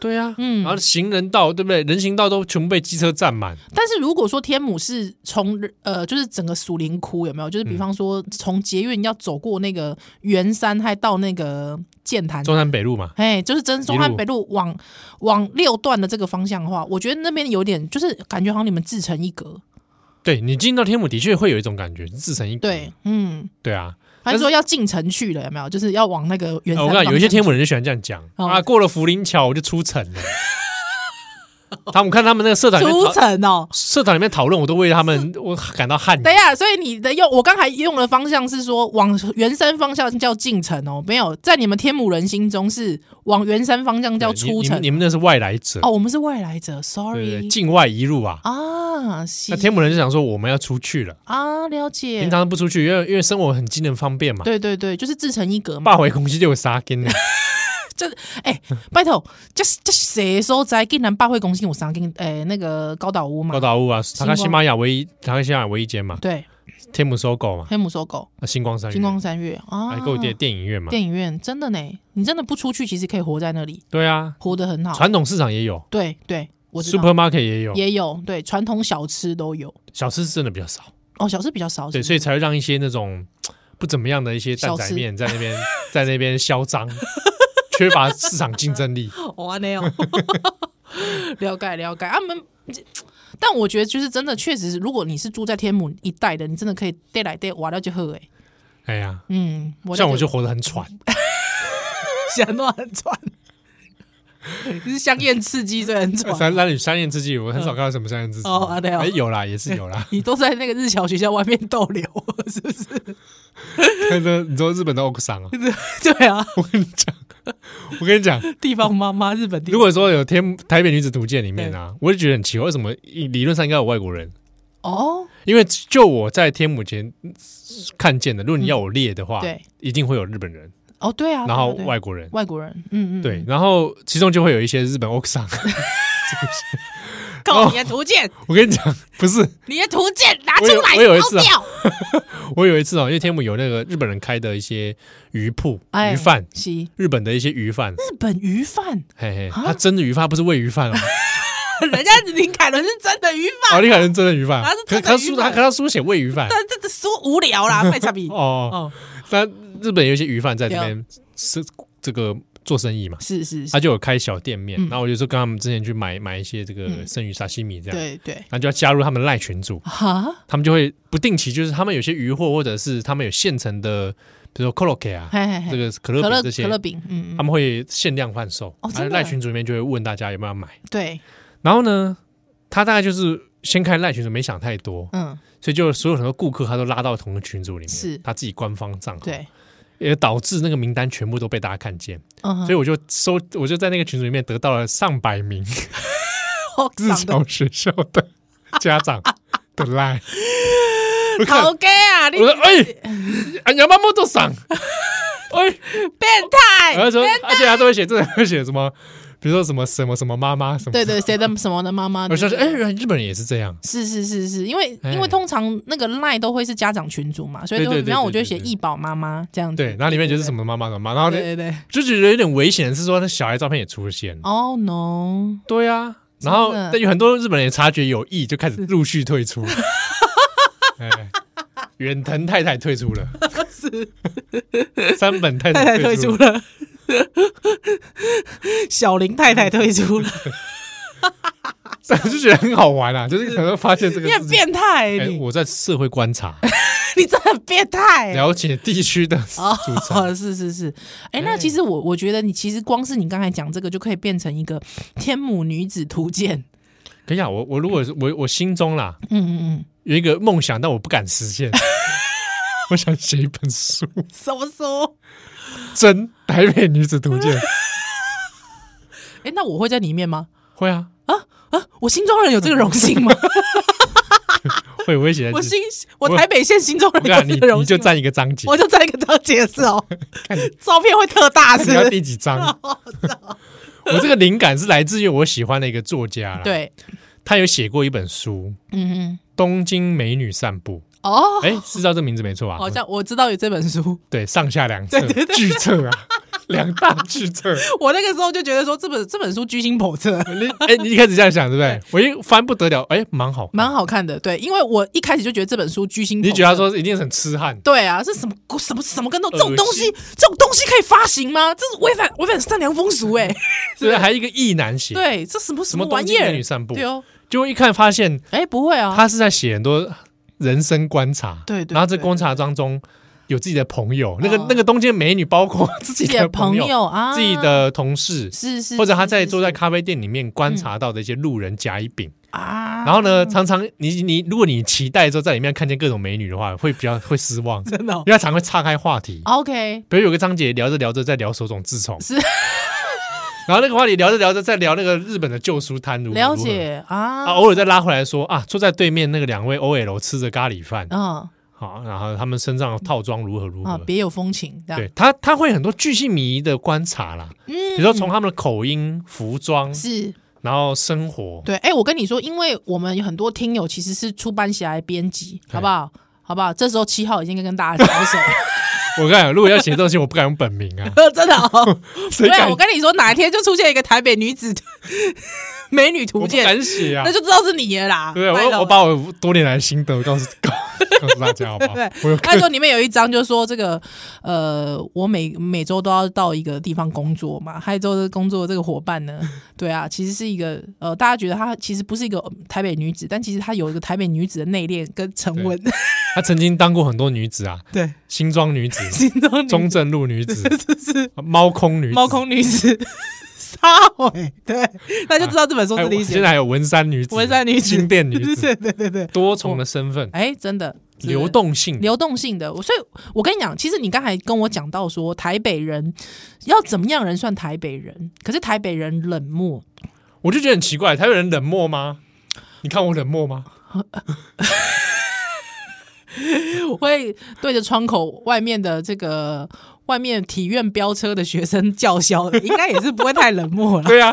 Speaker 2: 对啊，
Speaker 3: 嗯
Speaker 2: 然后行人道对不对？人行道都全部被机车占满，
Speaker 3: 但是如果说天母是从呃，就是整个属林窟有没有？就是
Speaker 2: 嗯
Speaker 3: 比方说从捷运要走过那个圆山，还到那个剑潭
Speaker 2: 中山北路嘛，
Speaker 3: 哎，就是真中汉北路往往六段的这个方向的话，我觉得那边有点，就是感觉好像你们自成一格。
Speaker 2: 对你进到天母的确会有一种感觉，自成一格
Speaker 3: 对，嗯，
Speaker 2: 对啊，
Speaker 3: 还
Speaker 2: 但是
Speaker 3: 是说要进城去了，有没有？就是要往那个原
Speaker 2: 啊
Speaker 3: 山
Speaker 2: 我
Speaker 3: 方
Speaker 2: 跟你
Speaker 3: 向去、
Speaker 2: 讲，有一些天母人就喜欢这样讲、
Speaker 3: 哦
Speaker 2: 啊，过了福林桥我就出城 了，他们看他们那个社团里面
Speaker 3: 出
Speaker 2: 讨
Speaker 3: 城哦。
Speaker 2: 社团里面讨论，我都为他 们我感到汗
Speaker 3: 等一下，所以你的用我刚才用的方向是说往原山方向叫进城哦，没有在你们天母人心中是往原山方向叫
Speaker 2: 对你
Speaker 3: 出
Speaker 2: 你
Speaker 3: 城啊
Speaker 2: 们你们那是外来者，
Speaker 3: 哦，我们是外来者
Speaker 2: 对对
Speaker 3: ，sorry
Speaker 2: 对，境外一入啊。
Speaker 3: 啊，是
Speaker 2: 那天母人就想说我们要出去了，
Speaker 3: 啊，了解，
Speaker 2: 平常不出去，因为因为生活很机能方便嘛。
Speaker 3: 对对对，就是自成一格嘛。
Speaker 2: 爸回公司就有杀根 了，
Speaker 3: 拜托，这这谁所在竟然百货公司有三间诶、那个高岛屋嘛？
Speaker 2: 高岛屋啊，
Speaker 3: 星
Speaker 2: 塔
Speaker 3: 光
Speaker 2: 克西玛雅唯一，塔克西玛雅唯一间嘛，
Speaker 3: 对，
Speaker 2: 天母搜狗嘛，
Speaker 3: 黑姆搜狗、
Speaker 2: 啊星光三，
Speaker 3: 星光三月啊，
Speaker 2: 还购哎电电影院嘛，
Speaker 3: 电影院真的呢，你真的不出去，其实可以活在那里，
Speaker 2: 对啊，
Speaker 3: 活得很好。
Speaker 2: 传统市场也有
Speaker 3: 对对，我知道
Speaker 2: ，supermarket 也有，
Speaker 3: 也有对传统小吃都有
Speaker 2: 小吃是真的比较少，
Speaker 3: 哦，小吃比较少，
Speaker 2: 对，
Speaker 3: 是不是
Speaker 2: 所以才会让一些那种不怎么样的一些蛋
Speaker 3: 小
Speaker 2: 仔
Speaker 3: 吃
Speaker 2: 面在那边在那边嚣 张，缺乏市场竞争力，
Speaker 3: 哦，安尼哦， 了解了解。啊他们，但我觉得就是真的，确实是，如果你是住在天母一带的，你真的可以带来带玩了就喝哎，
Speaker 2: 哎呀，
Speaker 3: 嗯，
Speaker 2: 像我
Speaker 3: 就
Speaker 2: 就活得很喘，
Speaker 3: 嗯 想都很喘，你是香艳刺激所以很喘。
Speaker 2: 三男女三人之际，我很少看到什么三人之际，
Speaker 3: 嗯哦啊对哦，
Speaker 2: 哎有啦，也是有啦
Speaker 3: 你都在那个日侨学校外面逗留，是不是？
Speaker 2: 但是你说日本的 o 克桑啊，
Speaker 3: 对啊，
Speaker 2: 我跟你讲，我跟你讲。
Speaker 3: 地方妈妈，日本地
Speaker 2: 如果说有天台北女子图鉴里面啊，我就觉得很奇怪，为什么理论上应该有外国人？
Speaker 3: 哦，
Speaker 2: 因为就我在天母前看见的，如果你要我列的话，
Speaker 3: 嗯对，
Speaker 2: 一定会有日本人，
Speaker 3: 哦，对啊，
Speaker 2: 然后
Speaker 3: 对对对
Speaker 2: 外国人，
Speaker 3: 外国人，嗯嗯，
Speaker 2: 对，，然后其中就会有一些日本 o 桑。
Speaker 3: 靠你的图鉴，
Speaker 2: 我跟你讲，不是，
Speaker 3: 你的图鉴拿出
Speaker 2: 我有
Speaker 3: 来
Speaker 2: 我有一
Speaker 3: 烧
Speaker 2: 次啊
Speaker 3: 掉，
Speaker 2: 我有一次哦，因为天母有那个日本人开的一些鱼铺、
Speaker 3: 哎
Speaker 2: 鱼贩，
Speaker 3: 是
Speaker 2: 日本的一些鱼贩，
Speaker 3: 日本鱼贩，
Speaker 2: 嘿嘿，
Speaker 3: 啊
Speaker 2: 他真的鱼贩，他不是喂鱼贩哦，
Speaker 3: 人家林凯伦是真的鱼贩，
Speaker 2: 哦，你可能真的鱼贩
Speaker 3: 啊他
Speaker 2: 可
Speaker 3: 是，真的
Speaker 2: 他
Speaker 3: 鱼
Speaker 2: 书
Speaker 3: 贩
Speaker 2: 他可他书写喂鱼贩，
Speaker 3: 但这这书无聊 啦，卖差比
Speaker 2: 哦，
Speaker 3: 哦，
Speaker 2: 但日本有一些鱼贩在这
Speaker 3: 对
Speaker 2: 边是这个做生意嘛，
Speaker 3: 是是是
Speaker 2: 他，就有开小店面，
Speaker 3: 嗯
Speaker 2: 然后我有时候跟他们之前去买买一些这个
Speaker 3: 嗯
Speaker 2: 生鱼沙西米这样，
Speaker 3: 对对，啊
Speaker 2: 然后就要加入他们的赖群组，
Speaker 3: 哈，
Speaker 2: 他们就会不定期，就是他们有些鱼货或者是他们有现成的，比如说 Coloke 啊，
Speaker 3: 嘿嘿嘿
Speaker 2: 这个可乐
Speaker 3: 可乐
Speaker 2: 饼这些
Speaker 3: 可，乐饼，嗯
Speaker 2: 他
Speaker 3: 嗯，
Speaker 2: 们会限量贩售，
Speaker 3: 哦
Speaker 2: 然后
Speaker 3: 真的
Speaker 2: 赖群组里面就会问大家有没有要买，
Speaker 3: 对，
Speaker 2: 然后呢，他大概就是先开赖群组，没想太多，
Speaker 3: 嗯
Speaker 2: 所以就所有很多顾客他都拉到同个群组里面，
Speaker 3: 是
Speaker 2: 他自己官方账号，，
Speaker 3: 对，
Speaker 2: 也导致那个名单全部都被大家看见，
Speaker 3: 嗯哼，
Speaker 2: 所以我就收，我就在那个群组里面得到了上百名。
Speaker 3: 我
Speaker 2: 日
Speaker 3: 长得
Speaker 2: 常学校 的家长的 line，我看，
Speaker 3: 头
Speaker 2: 我
Speaker 3: 家啊，你
Speaker 2: 说，哎， 啊，亚麻木都上，哎，
Speaker 3: 变态！
Speaker 2: 然后说，而且他都会写，这会写什么，比如说什么什么什么妈妈什么，
Speaker 3: 对对，谁的什么的妈妈？
Speaker 2: 我说，
Speaker 3: 对
Speaker 2: 哎，，原来日本人也是这样，
Speaker 3: 是是是是，因为
Speaker 2: 哎
Speaker 3: 因为通常那个赖都会是家长群组嘛，所以都
Speaker 2: 对对对
Speaker 3: 然后我
Speaker 2: 对
Speaker 3: 就
Speaker 2: 对
Speaker 3: 写
Speaker 2: 对
Speaker 3: 易宝妈妈这样子。
Speaker 2: 对，然后里面就是什
Speaker 3: 么？
Speaker 2: 么妈妈什么啊妈妈，然后呢
Speaker 3: 对对对
Speaker 2: 就觉得有点危险的是说，那小孩照片也出现，
Speaker 3: ，Oh no！
Speaker 2: 对啊，然后
Speaker 3: 真的
Speaker 2: 但有很多日本人也察觉有异，就开始陆续退出，哎，远藤太太退出了，是三本太
Speaker 4: 太太
Speaker 2: 太
Speaker 4: 退
Speaker 2: 退出
Speaker 4: 出
Speaker 2: 了。
Speaker 4: 了， 小林太太退出了，
Speaker 2: 就觉得很好玩啊，就是可能发现这个
Speaker 3: 你很
Speaker 2: 事情。
Speaker 3: 变态、欸
Speaker 2: 哎
Speaker 3: 你、
Speaker 2: 我在社会观察，
Speaker 3: 你真的很变态、欸
Speaker 2: 了解地区的组成。
Speaker 3: 哎哦，是是是，哎、那
Speaker 2: 哎
Speaker 3: 其实我我觉得你其实光是你刚才讲这个就可以变成一个天母女子图鉴，
Speaker 2: 等一下，我我如果是我我心中啦
Speaker 3: 嗯嗯
Speaker 2: 有一个梦想，但我不敢实现。我想写一本书，
Speaker 3: 嗯，什么书？
Speaker 2: 《真台北女子图鉴》
Speaker 3: 哎、那我会在里面吗？
Speaker 2: 会啊，
Speaker 3: 我新中人有这个荣幸吗？
Speaker 2: 会，我会写在
Speaker 3: 我
Speaker 2: 这
Speaker 3: 新我
Speaker 2: 我
Speaker 3: 台北县新中人
Speaker 2: 我跟
Speaker 3: 有
Speaker 2: 你
Speaker 3: 这
Speaker 2: 讲
Speaker 3: 个
Speaker 2: 你
Speaker 3: 荣
Speaker 2: 你就
Speaker 3: 幸吗，
Speaker 2: 占一个章节，
Speaker 3: 我就在一个当解释 哦， 照片会特大是
Speaker 2: 你
Speaker 3: 不
Speaker 2: 要
Speaker 3: 是？哦
Speaker 2: 第几 章？我这个灵感是来自于我喜欢的一个作家啦，，
Speaker 3: 对，
Speaker 2: 他有写过一本书
Speaker 3: 嗯嗯，
Speaker 2: 《东京美女散步
Speaker 3: 哦》，，
Speaker 2: 哎，是叫这名字没错吧？
Speaker 3: 好像我知道有这本书，
Speaker 2: 对，上下两册巨册啊，两大巨 册。
Speaker 3: 我那个时候就觉得说这本这本书居心 叵测。
Speaker 2: 你哎，你一开始这样想对不对？我一翻不得了，哎，蛮好看，
Speaker 3: 蛮好看的，对，因为我一开始就觉得这本书居心叵测，
Speaker 2: 你觉得他说一定是很痴汉？
Speaker 3: 对啊，这什么什么什么跟动这种
Speaker 2: 恶心
Speaker 3: 东西，这种东西可以发行吗？这是违反违反善良风俗 哎、
Speaker 2: 对，还有一个异男写，，
Speaker 3: 对，这什么
Speaker 2: 什
Speaker 3: 什
Speaker 2: 么
Speaker 3: 么
Speaker 2: 东
Speaker 3: 玩
Speaker 2: 京
Speaker 3: 意
Speaker 2: 美
Speaker 3: 儿
Speaker 2: 女？散步，
Speaker 3: 对哦，
Speaker 2: 就一看发现
Speaker 3: 哎、不会啊，
Speaker 2: 他是在写很多人生观察，
Speaker 3: 对对
Speaker 2: 然后这
Speaker 3: 对
Speaker 2: 观察当中有自己的朋友，那个
Speaker 3: 嗯
Speaker 2: 那个东京美女，包括自己
Speaker 3: 自己
Speaker 2: 的
Speaker 3: 的
Speaker 2: 朋
Speaker 3: 朋
Speaker 2: 友、
Speaker 3: 友啊，
Speaker 2: 自己的同事，
Speaker 3: 是是，
Speaker 2: 或者他
Speaker 3: 是
Speaker 2: 在
Speaker 3: 是
Speaker 2: 坐在
Speaker 3: 是
Speaker 2: 咖啡店里面观察到的一些路人甲乙丙。
Speaker 3: 啊，
Speaker 2: 然后呢，常常你你如果你期待之后在里面看见各种美女的话，会比较 会失望，因
Speaker 3: 真的哦、
Speaker 2: 为他常会岔开话题。
Speaker 3: OK，
Speaker 2: 比如有个章节聊着聊着在聊手冢治虫，
Speaker 3: 是
Speaker 2: 然后那个话题聊着聊着在聊那个日本的旧书摊如何
Speaker 3: 了
Speaker 2: 如何
Speaker 3: 解啊，
Speaker 2: 啊，偶尔再拉回来说啊，坐在对面那个两位 OL 吃着咖喱饭，
Speaker 3: 嗯
Speaker 2: 好，然后他们身上的套装如何如
Speaker 3: 啊
Speaker 2: 何，，
Speaker 3: 别有风情，这样
Speaker 2: 对他他会很多巨细靡遗的观察啦，比如说从他们的口音、服装，
Speaker 3: 嗯是。
Speaker 2: 然后生活，
Speaker 3: 对，哎、我跟你说，因为我们有很多听友其实是出版侠的编辑，好不好？好不好？这时候七号已经跟大家 招手了，
Speaker 2: 我跟你讲，如果要写这种信，我不敢用本名 啊，
Speaker 3: 真的、 哦。
Speaker 2: 谁
Speaker 3: 对啊，
Speaker 2: 敢？
Speaker 3: 我跟你说，哪一天就出现一个台北女子 美女
Speaker 2: 我
Speaker 3: 图
Speaker 2: 不
Speaker 3: 鉴，
Speaker 2: 敢写啊
Speaker 3: 那，就知道是你了啦。
Speaker 2: 对，啊
Speaker 3: 拜托
Speaker 2: 我我把我多年来的心得我告诉 告告诉大家好不好
Speaker 3: 对？
Speaker 2: 我有
Speaker 3: 他说里面有一章就说这个，呃，我每每周都要到一个地方工作嘛，还有周的工作这个伙伴 呢，对啊，其实是一个呃，大家觉得她其实不是一个呃台北女子，但其实她有一个台北女子的内敛跟沉稳，
Speaker 2: 他曾经当过很多女子啊，
Speaker 3: 对，
Speaker 2: 新庄女子、
Speaker 3: 心中
Speaker 2: 中
Speaker 3: 女
Speaker 2: 正路女子、
Speaker 3: 是 是
Speaker 2: 猫空女子、
Speaker 3: 猫空女子撒 谎，对，那就知道这本书
Speaker 2: 还
Speaker 3: 是
Speaker 2: 有
Speaker 3: 理
Speaker 2: 哎现
Speaker 3: 解
Speaker 2: 在还有文山女子、
Speaker 3: 文山女子
Speaker 2: 金店女子，
Speaker 3: 对对对对，
Speaker 2: 多重的身份、
Speaker 3: 哎，真的是
Speaker 2: 流动性，
Speaker 3: 流动性的，我所以我跟你讲，其实你刚才跟我讲到说，台北人要怎么样人算台北人？可是台北人冷 漠，
Speaker 2: 我就觉得很奇怪，台湾人冷漠吗？你看我冷漠吗？
Speaker 3: 我会对着窗口外面的这个外面体院飙车的学生叫嚣的，应该也是不会太冷漠了。
Speaker 2: 对啊，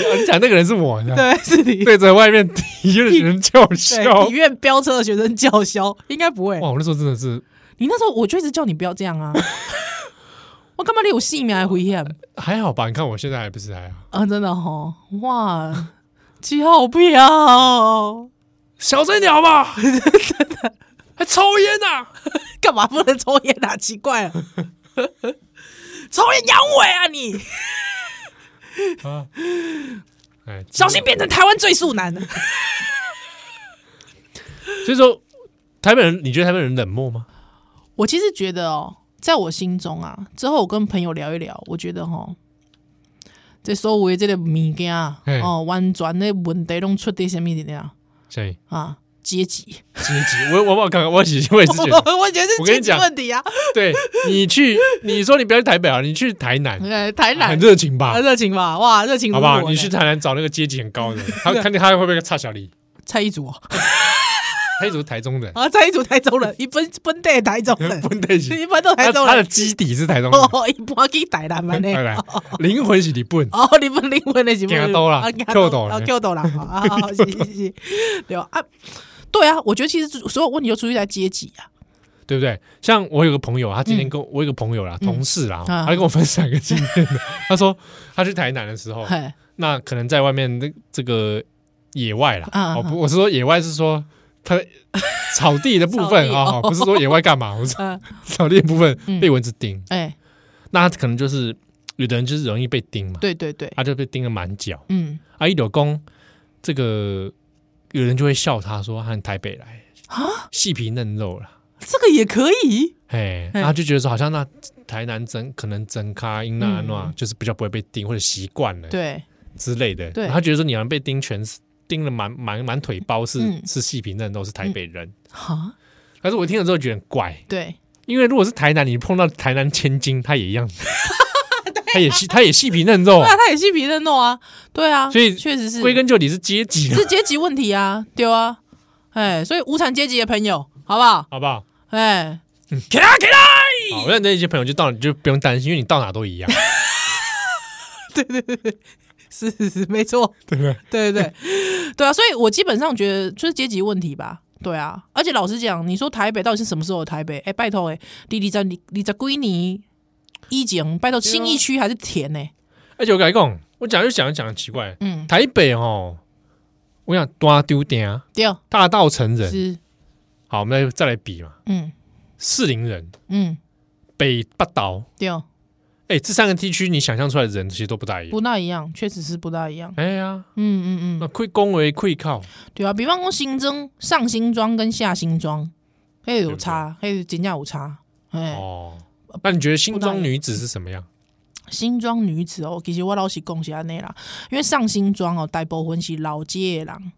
Speaker 2: 就你讲那个人是我，你知道吗
Speaker 3: 对，是 你
Speaker 2: 对着外面体育的人叫嚣
Speaker 3: 对体。院飙车的学生叫嚣，应该不会。
Speaker 2: 哇，我那时候真的是
Speaker 3: 你那时候我就一直叫你不要这 样啊，我干嘛你有性命还危险？
Speaker 2: 还好吧？你看我现在还不是还好。
Speaker 3: 啊，真的哦，哇，七号不要。
Speaker 2: 小声一点好不好？还抽烟呐、啊？
Speaker 3: 干嘛不能抽烟啊？ 奇怪了，抽烟阳痿啊你！
Speaker 2: 哎，
Speaker 3: 小心变成台湾最速男。
Speaker 2: 所以说，台北人，你觉得台北人冷漠吗？
Speaker 3: 我其实觉得哦，在我心中啊，之后我跟朋友聊一聊，我觉得哦，这所有的这个物件啊
Speaker 2: 嘿
Speaker 3: 哦，完全的问题拢出在什么里面啊？
Speaker 2: 所以
Speaker 3: 啊，阶级，
Speaker 2: 阶级，我我我刚刚我其实我也是觉得，
Speaker 3: 我觉得
Speaker 2: 我
Speaker 3: 是
Speaker 2: 跟你
Speaker 3: 阶级
Speaker 2: 讲
Speaker 3: 问 题啊。
Speaker 2: 对你去，你说你不要去台北啊，你去台南，
Speaker 3: 呃，台南
Speaker 2: 很热情吧
Speaker 3: 啊，？热情吧，哇，热情如
Speaker 2: 好
Speaker 3: 火
Speaker 2: 不
Speaker 3: 呢。
Speaker 2: 好？你去台南找那个阶级很高 的，他看见他会不会差小李？
Speaker 3: 蔡一组哦，
Speaker 2: 他一直是台中 人，
Speaker 3: 啊，蔡一组台中人，一分分对台中人，
Speaker 2: 不对起，
Speaker 3: 一般都台
Speaker 2: 他
Speaker 3: 中
Speaker 2: 他的
Speaker 3: 人。
Speaker 2: 基底是台中人，
Speaker 3: 哦，一般去台 南嘛呢
Speaker 2: 来。来，灵魂是你笨，
Speaker 3: 哦，你们灵魂的是不
Speaker 2: 走
Speaker 3: 是？
Speaker 2: 倒啦
Speaker 3: 啊
Speaker 2: 扣倒啦
Speaker 3: 啊，Q 到啦，好啊，好 好是是是，对吧？啊，对啊，我觉得其实所有问题都出现在阶级啊，
Speaker 2: 对不对？像我有个朋友，他
Speaker 3: 嗯
Speaker 2: 今天跟我我有个朋友啦，同事啦，
Speaker 3: 啊
Speaker 2: 他就跟我分享一个经验 的，他说他去台南的时候，
Speaker 3: 嘿，
Speaker 2: 那可能在外面那这个野外啦，
Speaker 3: 啊
Speaker 2: 哦不，我是说野外是说它草地的部分
Speaker 3: 草地
Speaker 2: 啊、
Speaker 3: 哦
Speaker 2: 不是说野外干嘛，我是
Speaker 3: 嗯，
Speaker 2: 草地的部分
Speaker 3: 嗯
Speaker 2: 被蚊子叮，
Speaker 3: 哎，
Speaker 2: 那它可能就是有的人就是容易被叮嘛，
Speaker 3: 对对 对，
Speaker 2: 他啊就被叮了满脚。
Speaker 3: 嗯，
Speaker 2: 啊，一柳公这个有人就会笑他说他很台北来
Speaker 3: 啊，
Speaker 2: 细皮嫩肉啦。
Speaker 3: 这个也可以，
Speaker 2: 哎，
Speaker 3: 嘿
Speaker 2: 然后就觉得说，好像那台南整可能整咖因那那，
Speaker 3: 嗯
Speaker 2: 就是比较不会被叮或者习惯了，
Speaker 3: 对，
Speaker 2: 之类的。
Speaker 3: 对
Speaker 2: 然后觉得说，你好像被叮全是叮了满满满腿包是，是
Speaker 3: 嗯
Speaker 2: 细皮嫩肉，是台北人。
Speaker 3: 哈，
Speaker 2: 但是我听了之后觉得很怪，
Speaker 3: 对，
Speaker 2: 因为如果是台南，你碰到台南千金，他也 一样，他也细他也细皮嫩肉
Speaker 3: 对。啊，他也细皮嫩肉啊，对啊，
Speaker 2: 哦所以
Speaker 3: 确实是
Speaker 2: 归根究底是阶级啊，
Speaker 3: 是阶级问题啊，对啊，哎，所以无产阶级的朋友，好不好？
Speaker 2: 好不好？
Speaker 3: 哎，
Speaker 2: 起来起哦来！好，那那些朋友就到你就不用担心，因为你到哪都一 样。
Speaker 3: 是是是，没错，对对对 对对啊，所以我基本上觉得就是阶级问题吧。对啊，而且老实讲，你说台北到底是什么时候的台北？哎、拜托哎、你你在你你在归你一景，拜托新义区还是甜呢、
Speaker 2: 而且我跟你讲，我讲就讲就讲很奇怪，
Speaker 3: 嗯，
Speaker 2: 台北哦，我想多丢点啊，
Speaker 3: 对，
Speaker 2: 大道城人，
Speaker 3: 是，
Speaker 2: 好，我们再再来比嘛，
Speaker 3: 嗯
Speaker 2: 士林人、
Speaker 3: 嗯，
Speaker 2: 北八岛，
Speaker 3: 对，
Speaker 2: 哎、这三个地区你想象出来的人其实都不大一样。
Speaker 3: 不大一样，确实是不大一样。
Speaker 2: 哎呀，
Speaker 3: 嗯嗯
Speaker 2: 那
Speaker 3: 嗯，
Speaker 2: 会恭维会靠，
Speaker 3: 对啊，比方说新增上新庄跟下新庄，嘿有差，嘿真正有差，哎、
Speaker 2: 哦，那你觉得新
Speaker 3: 不大一
Speaker 2: 庄
Speaker 3: 样
Speaker 2: 女子是什么样？
Speaker 3: 新庄女子哦，其实我老是讲是安尼啦，因为上新庄哦，大部分是老街的人，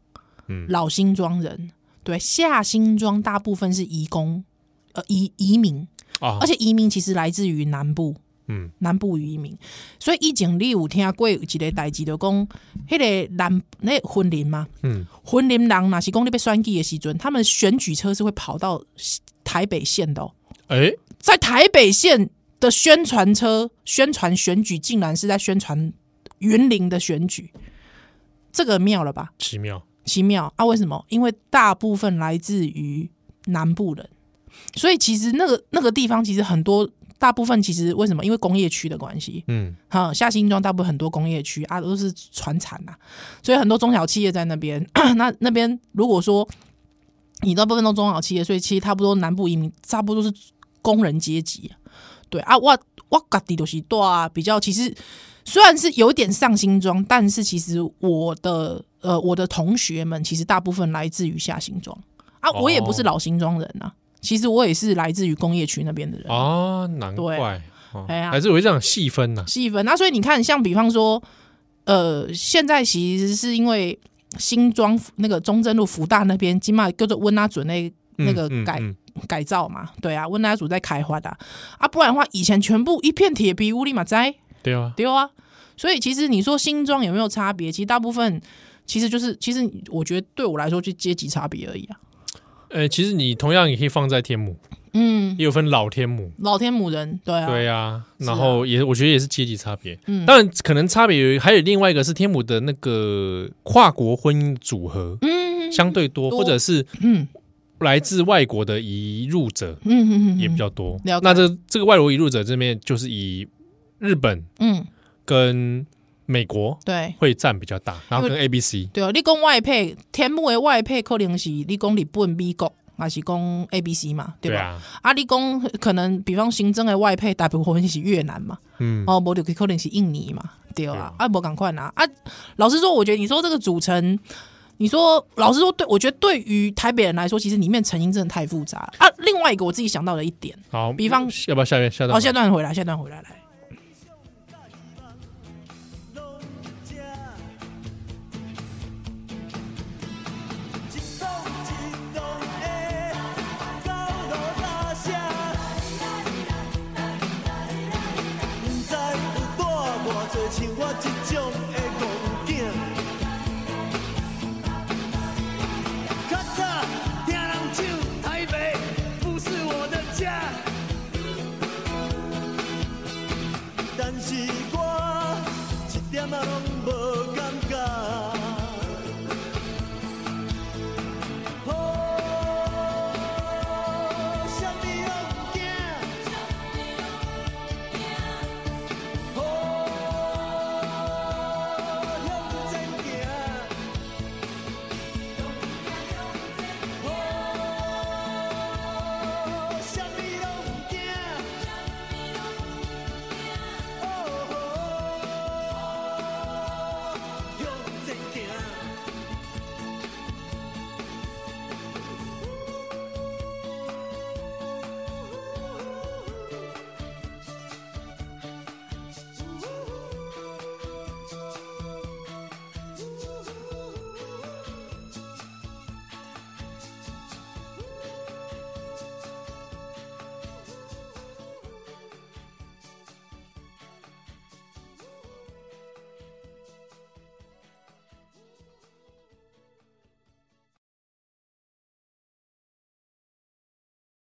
Speaker 2: 嗯
Speaker 3: 老新庄人，对，下新庄大部分是移工，呃，移移民，
Speaker 2: 哦
Speaker 3: 而，且移民其实来自于南部，
Speaker 2: 嗯，
Speaker 3: 南部移民，所以以前你有听过有一个代志，就讲迄个南那个婚林嘛，
Speaker 2: 嗯，
Speaker 3: 婚林人若是讲你被选举的时阵，他们选举车是会跑到台北县的、哦。
Speaker 2: 哎、
Speaker 3: 在台北县的宣传车宣传选举，竟然是在宣传云林的选举，这个妙了吧？
Speaker 2: 奇妙，
Speaker 3: 奇妙啊！为什么？因为大部分来自于南部人，所以其实那个那个地方其实很多。大部分其实为什么？因为工业区的关系，
Speaker 2: 嗯，
Speaker 3: 哈，下新庄大部分很多工业区啊，都是船产呐、所以很多中小企业在那边。 那那边如果说你大部分都中小企业，所以其实差不多南部移民差不多是工人阶级、对啊，我我家己就是住啊，比较其实虽然是有点上新庄，但是其实我的呃我的同学们其实大部分来自于下新庄啊，我也不是
Speaker 2: 哦
Speaker 3: 老新庄人啊，其实我也是来自于工业区那边的人。
Speaker 2: 哦，难
Speaker 3: 对
Speaker 2: 怪，哦
Speaker 3: 哎呀
Speaker 2: 还是有这样细分呐、
Speaker 3: 细分。那所以你看，像比方说，呃，现在其实是因为新庄那个中正路福大那边，今嘛叫做温阿准那
Speaker 2: 嗯
Speaker 3: 那个
Speaker 2: 嗯
Speaker 3: 改、
Speaker 2: 嗯
Speaker 3: 改造嘛，对啊，温阿祖在开发的啊啊不然的话，以前全部一片铁皮屋里嘛在
Speaker 2: 对啊，
Speaker 3: 丢啊。所以其实你说新庄有没有差别？其实大部分其实就是，其实我觉得对我来说就阶级差别而已啊。
Speaker 2: 呃、其实你同样也可以放在天母，
Speaker 3: 嗯，
Speaker 2: 也有分老天母，
Speaker 3: 老天母人，对啊，
Speaker 2: 对啊，
Speaker 3: 是
Speaker 2: 然
Speaker 3: 啊
Speaker 2: 后也我觉得也是阶级差别，
Speaker 3: 嗯
Speaker 2: 当然可能差别有还有另外一个是天母的那个跨国婚姻组合
Speaker 3: 嗯，
Speaker 2: 相对多，
Speaker 3: 多
Speaker 2: 或者是
Speaker 3: 嗯
Speaker 2: 来自外国的移入者
Speaker 3: 嗯嗯嗯，
Speaker 2: 也比较多。
Speaker 3: 了解
Speaker 2: 那这这个外国移入者这边就是以日本
Speaker 3: 嗯，
Speaker 2: 跟美国
Speaker 3: 对。
Speaker 2: 会占比较大，然后跟 A B C
Speaker 3: 对啊，你讲外配，天幕的外配可能是你讲日本、美国，还是讲 A、B、C 嘛，对
Speaker 2: 对
Speaker 3: 吧？
Speaker 2: 啊，
Speaker 3: 啊，你讲可能比方行政的外配，大部分是越南嘛，
Speaker 2: 嗯，
Speaker 3: 哦，无就可能是印尼嘛，对
Speaker 2: 对
Speaker 3: 啊
Speaker 2: 啊，
Speaker 3: 啊，无赶快拿啊！老实说，我觉得你说这个组成，你说老实说，对我觉得对于台北人来说，其实里面成因真的太复杂了啊。另外一个我自己想到的一点，
Speaker 2: 好，
Speaker 3: 比方
Speaker 2: 要不要下面下
Speaker 3: 哦，
Speaker 2: 到
Speaker 3: 下段回来，下段回来来，
Speaker 1: 拢这一栋一栋的走路拉车，不知有带偌多像我这种的戆囝。较早听人唱台北不是我的家，哦但是我。一点仔拢无感觉。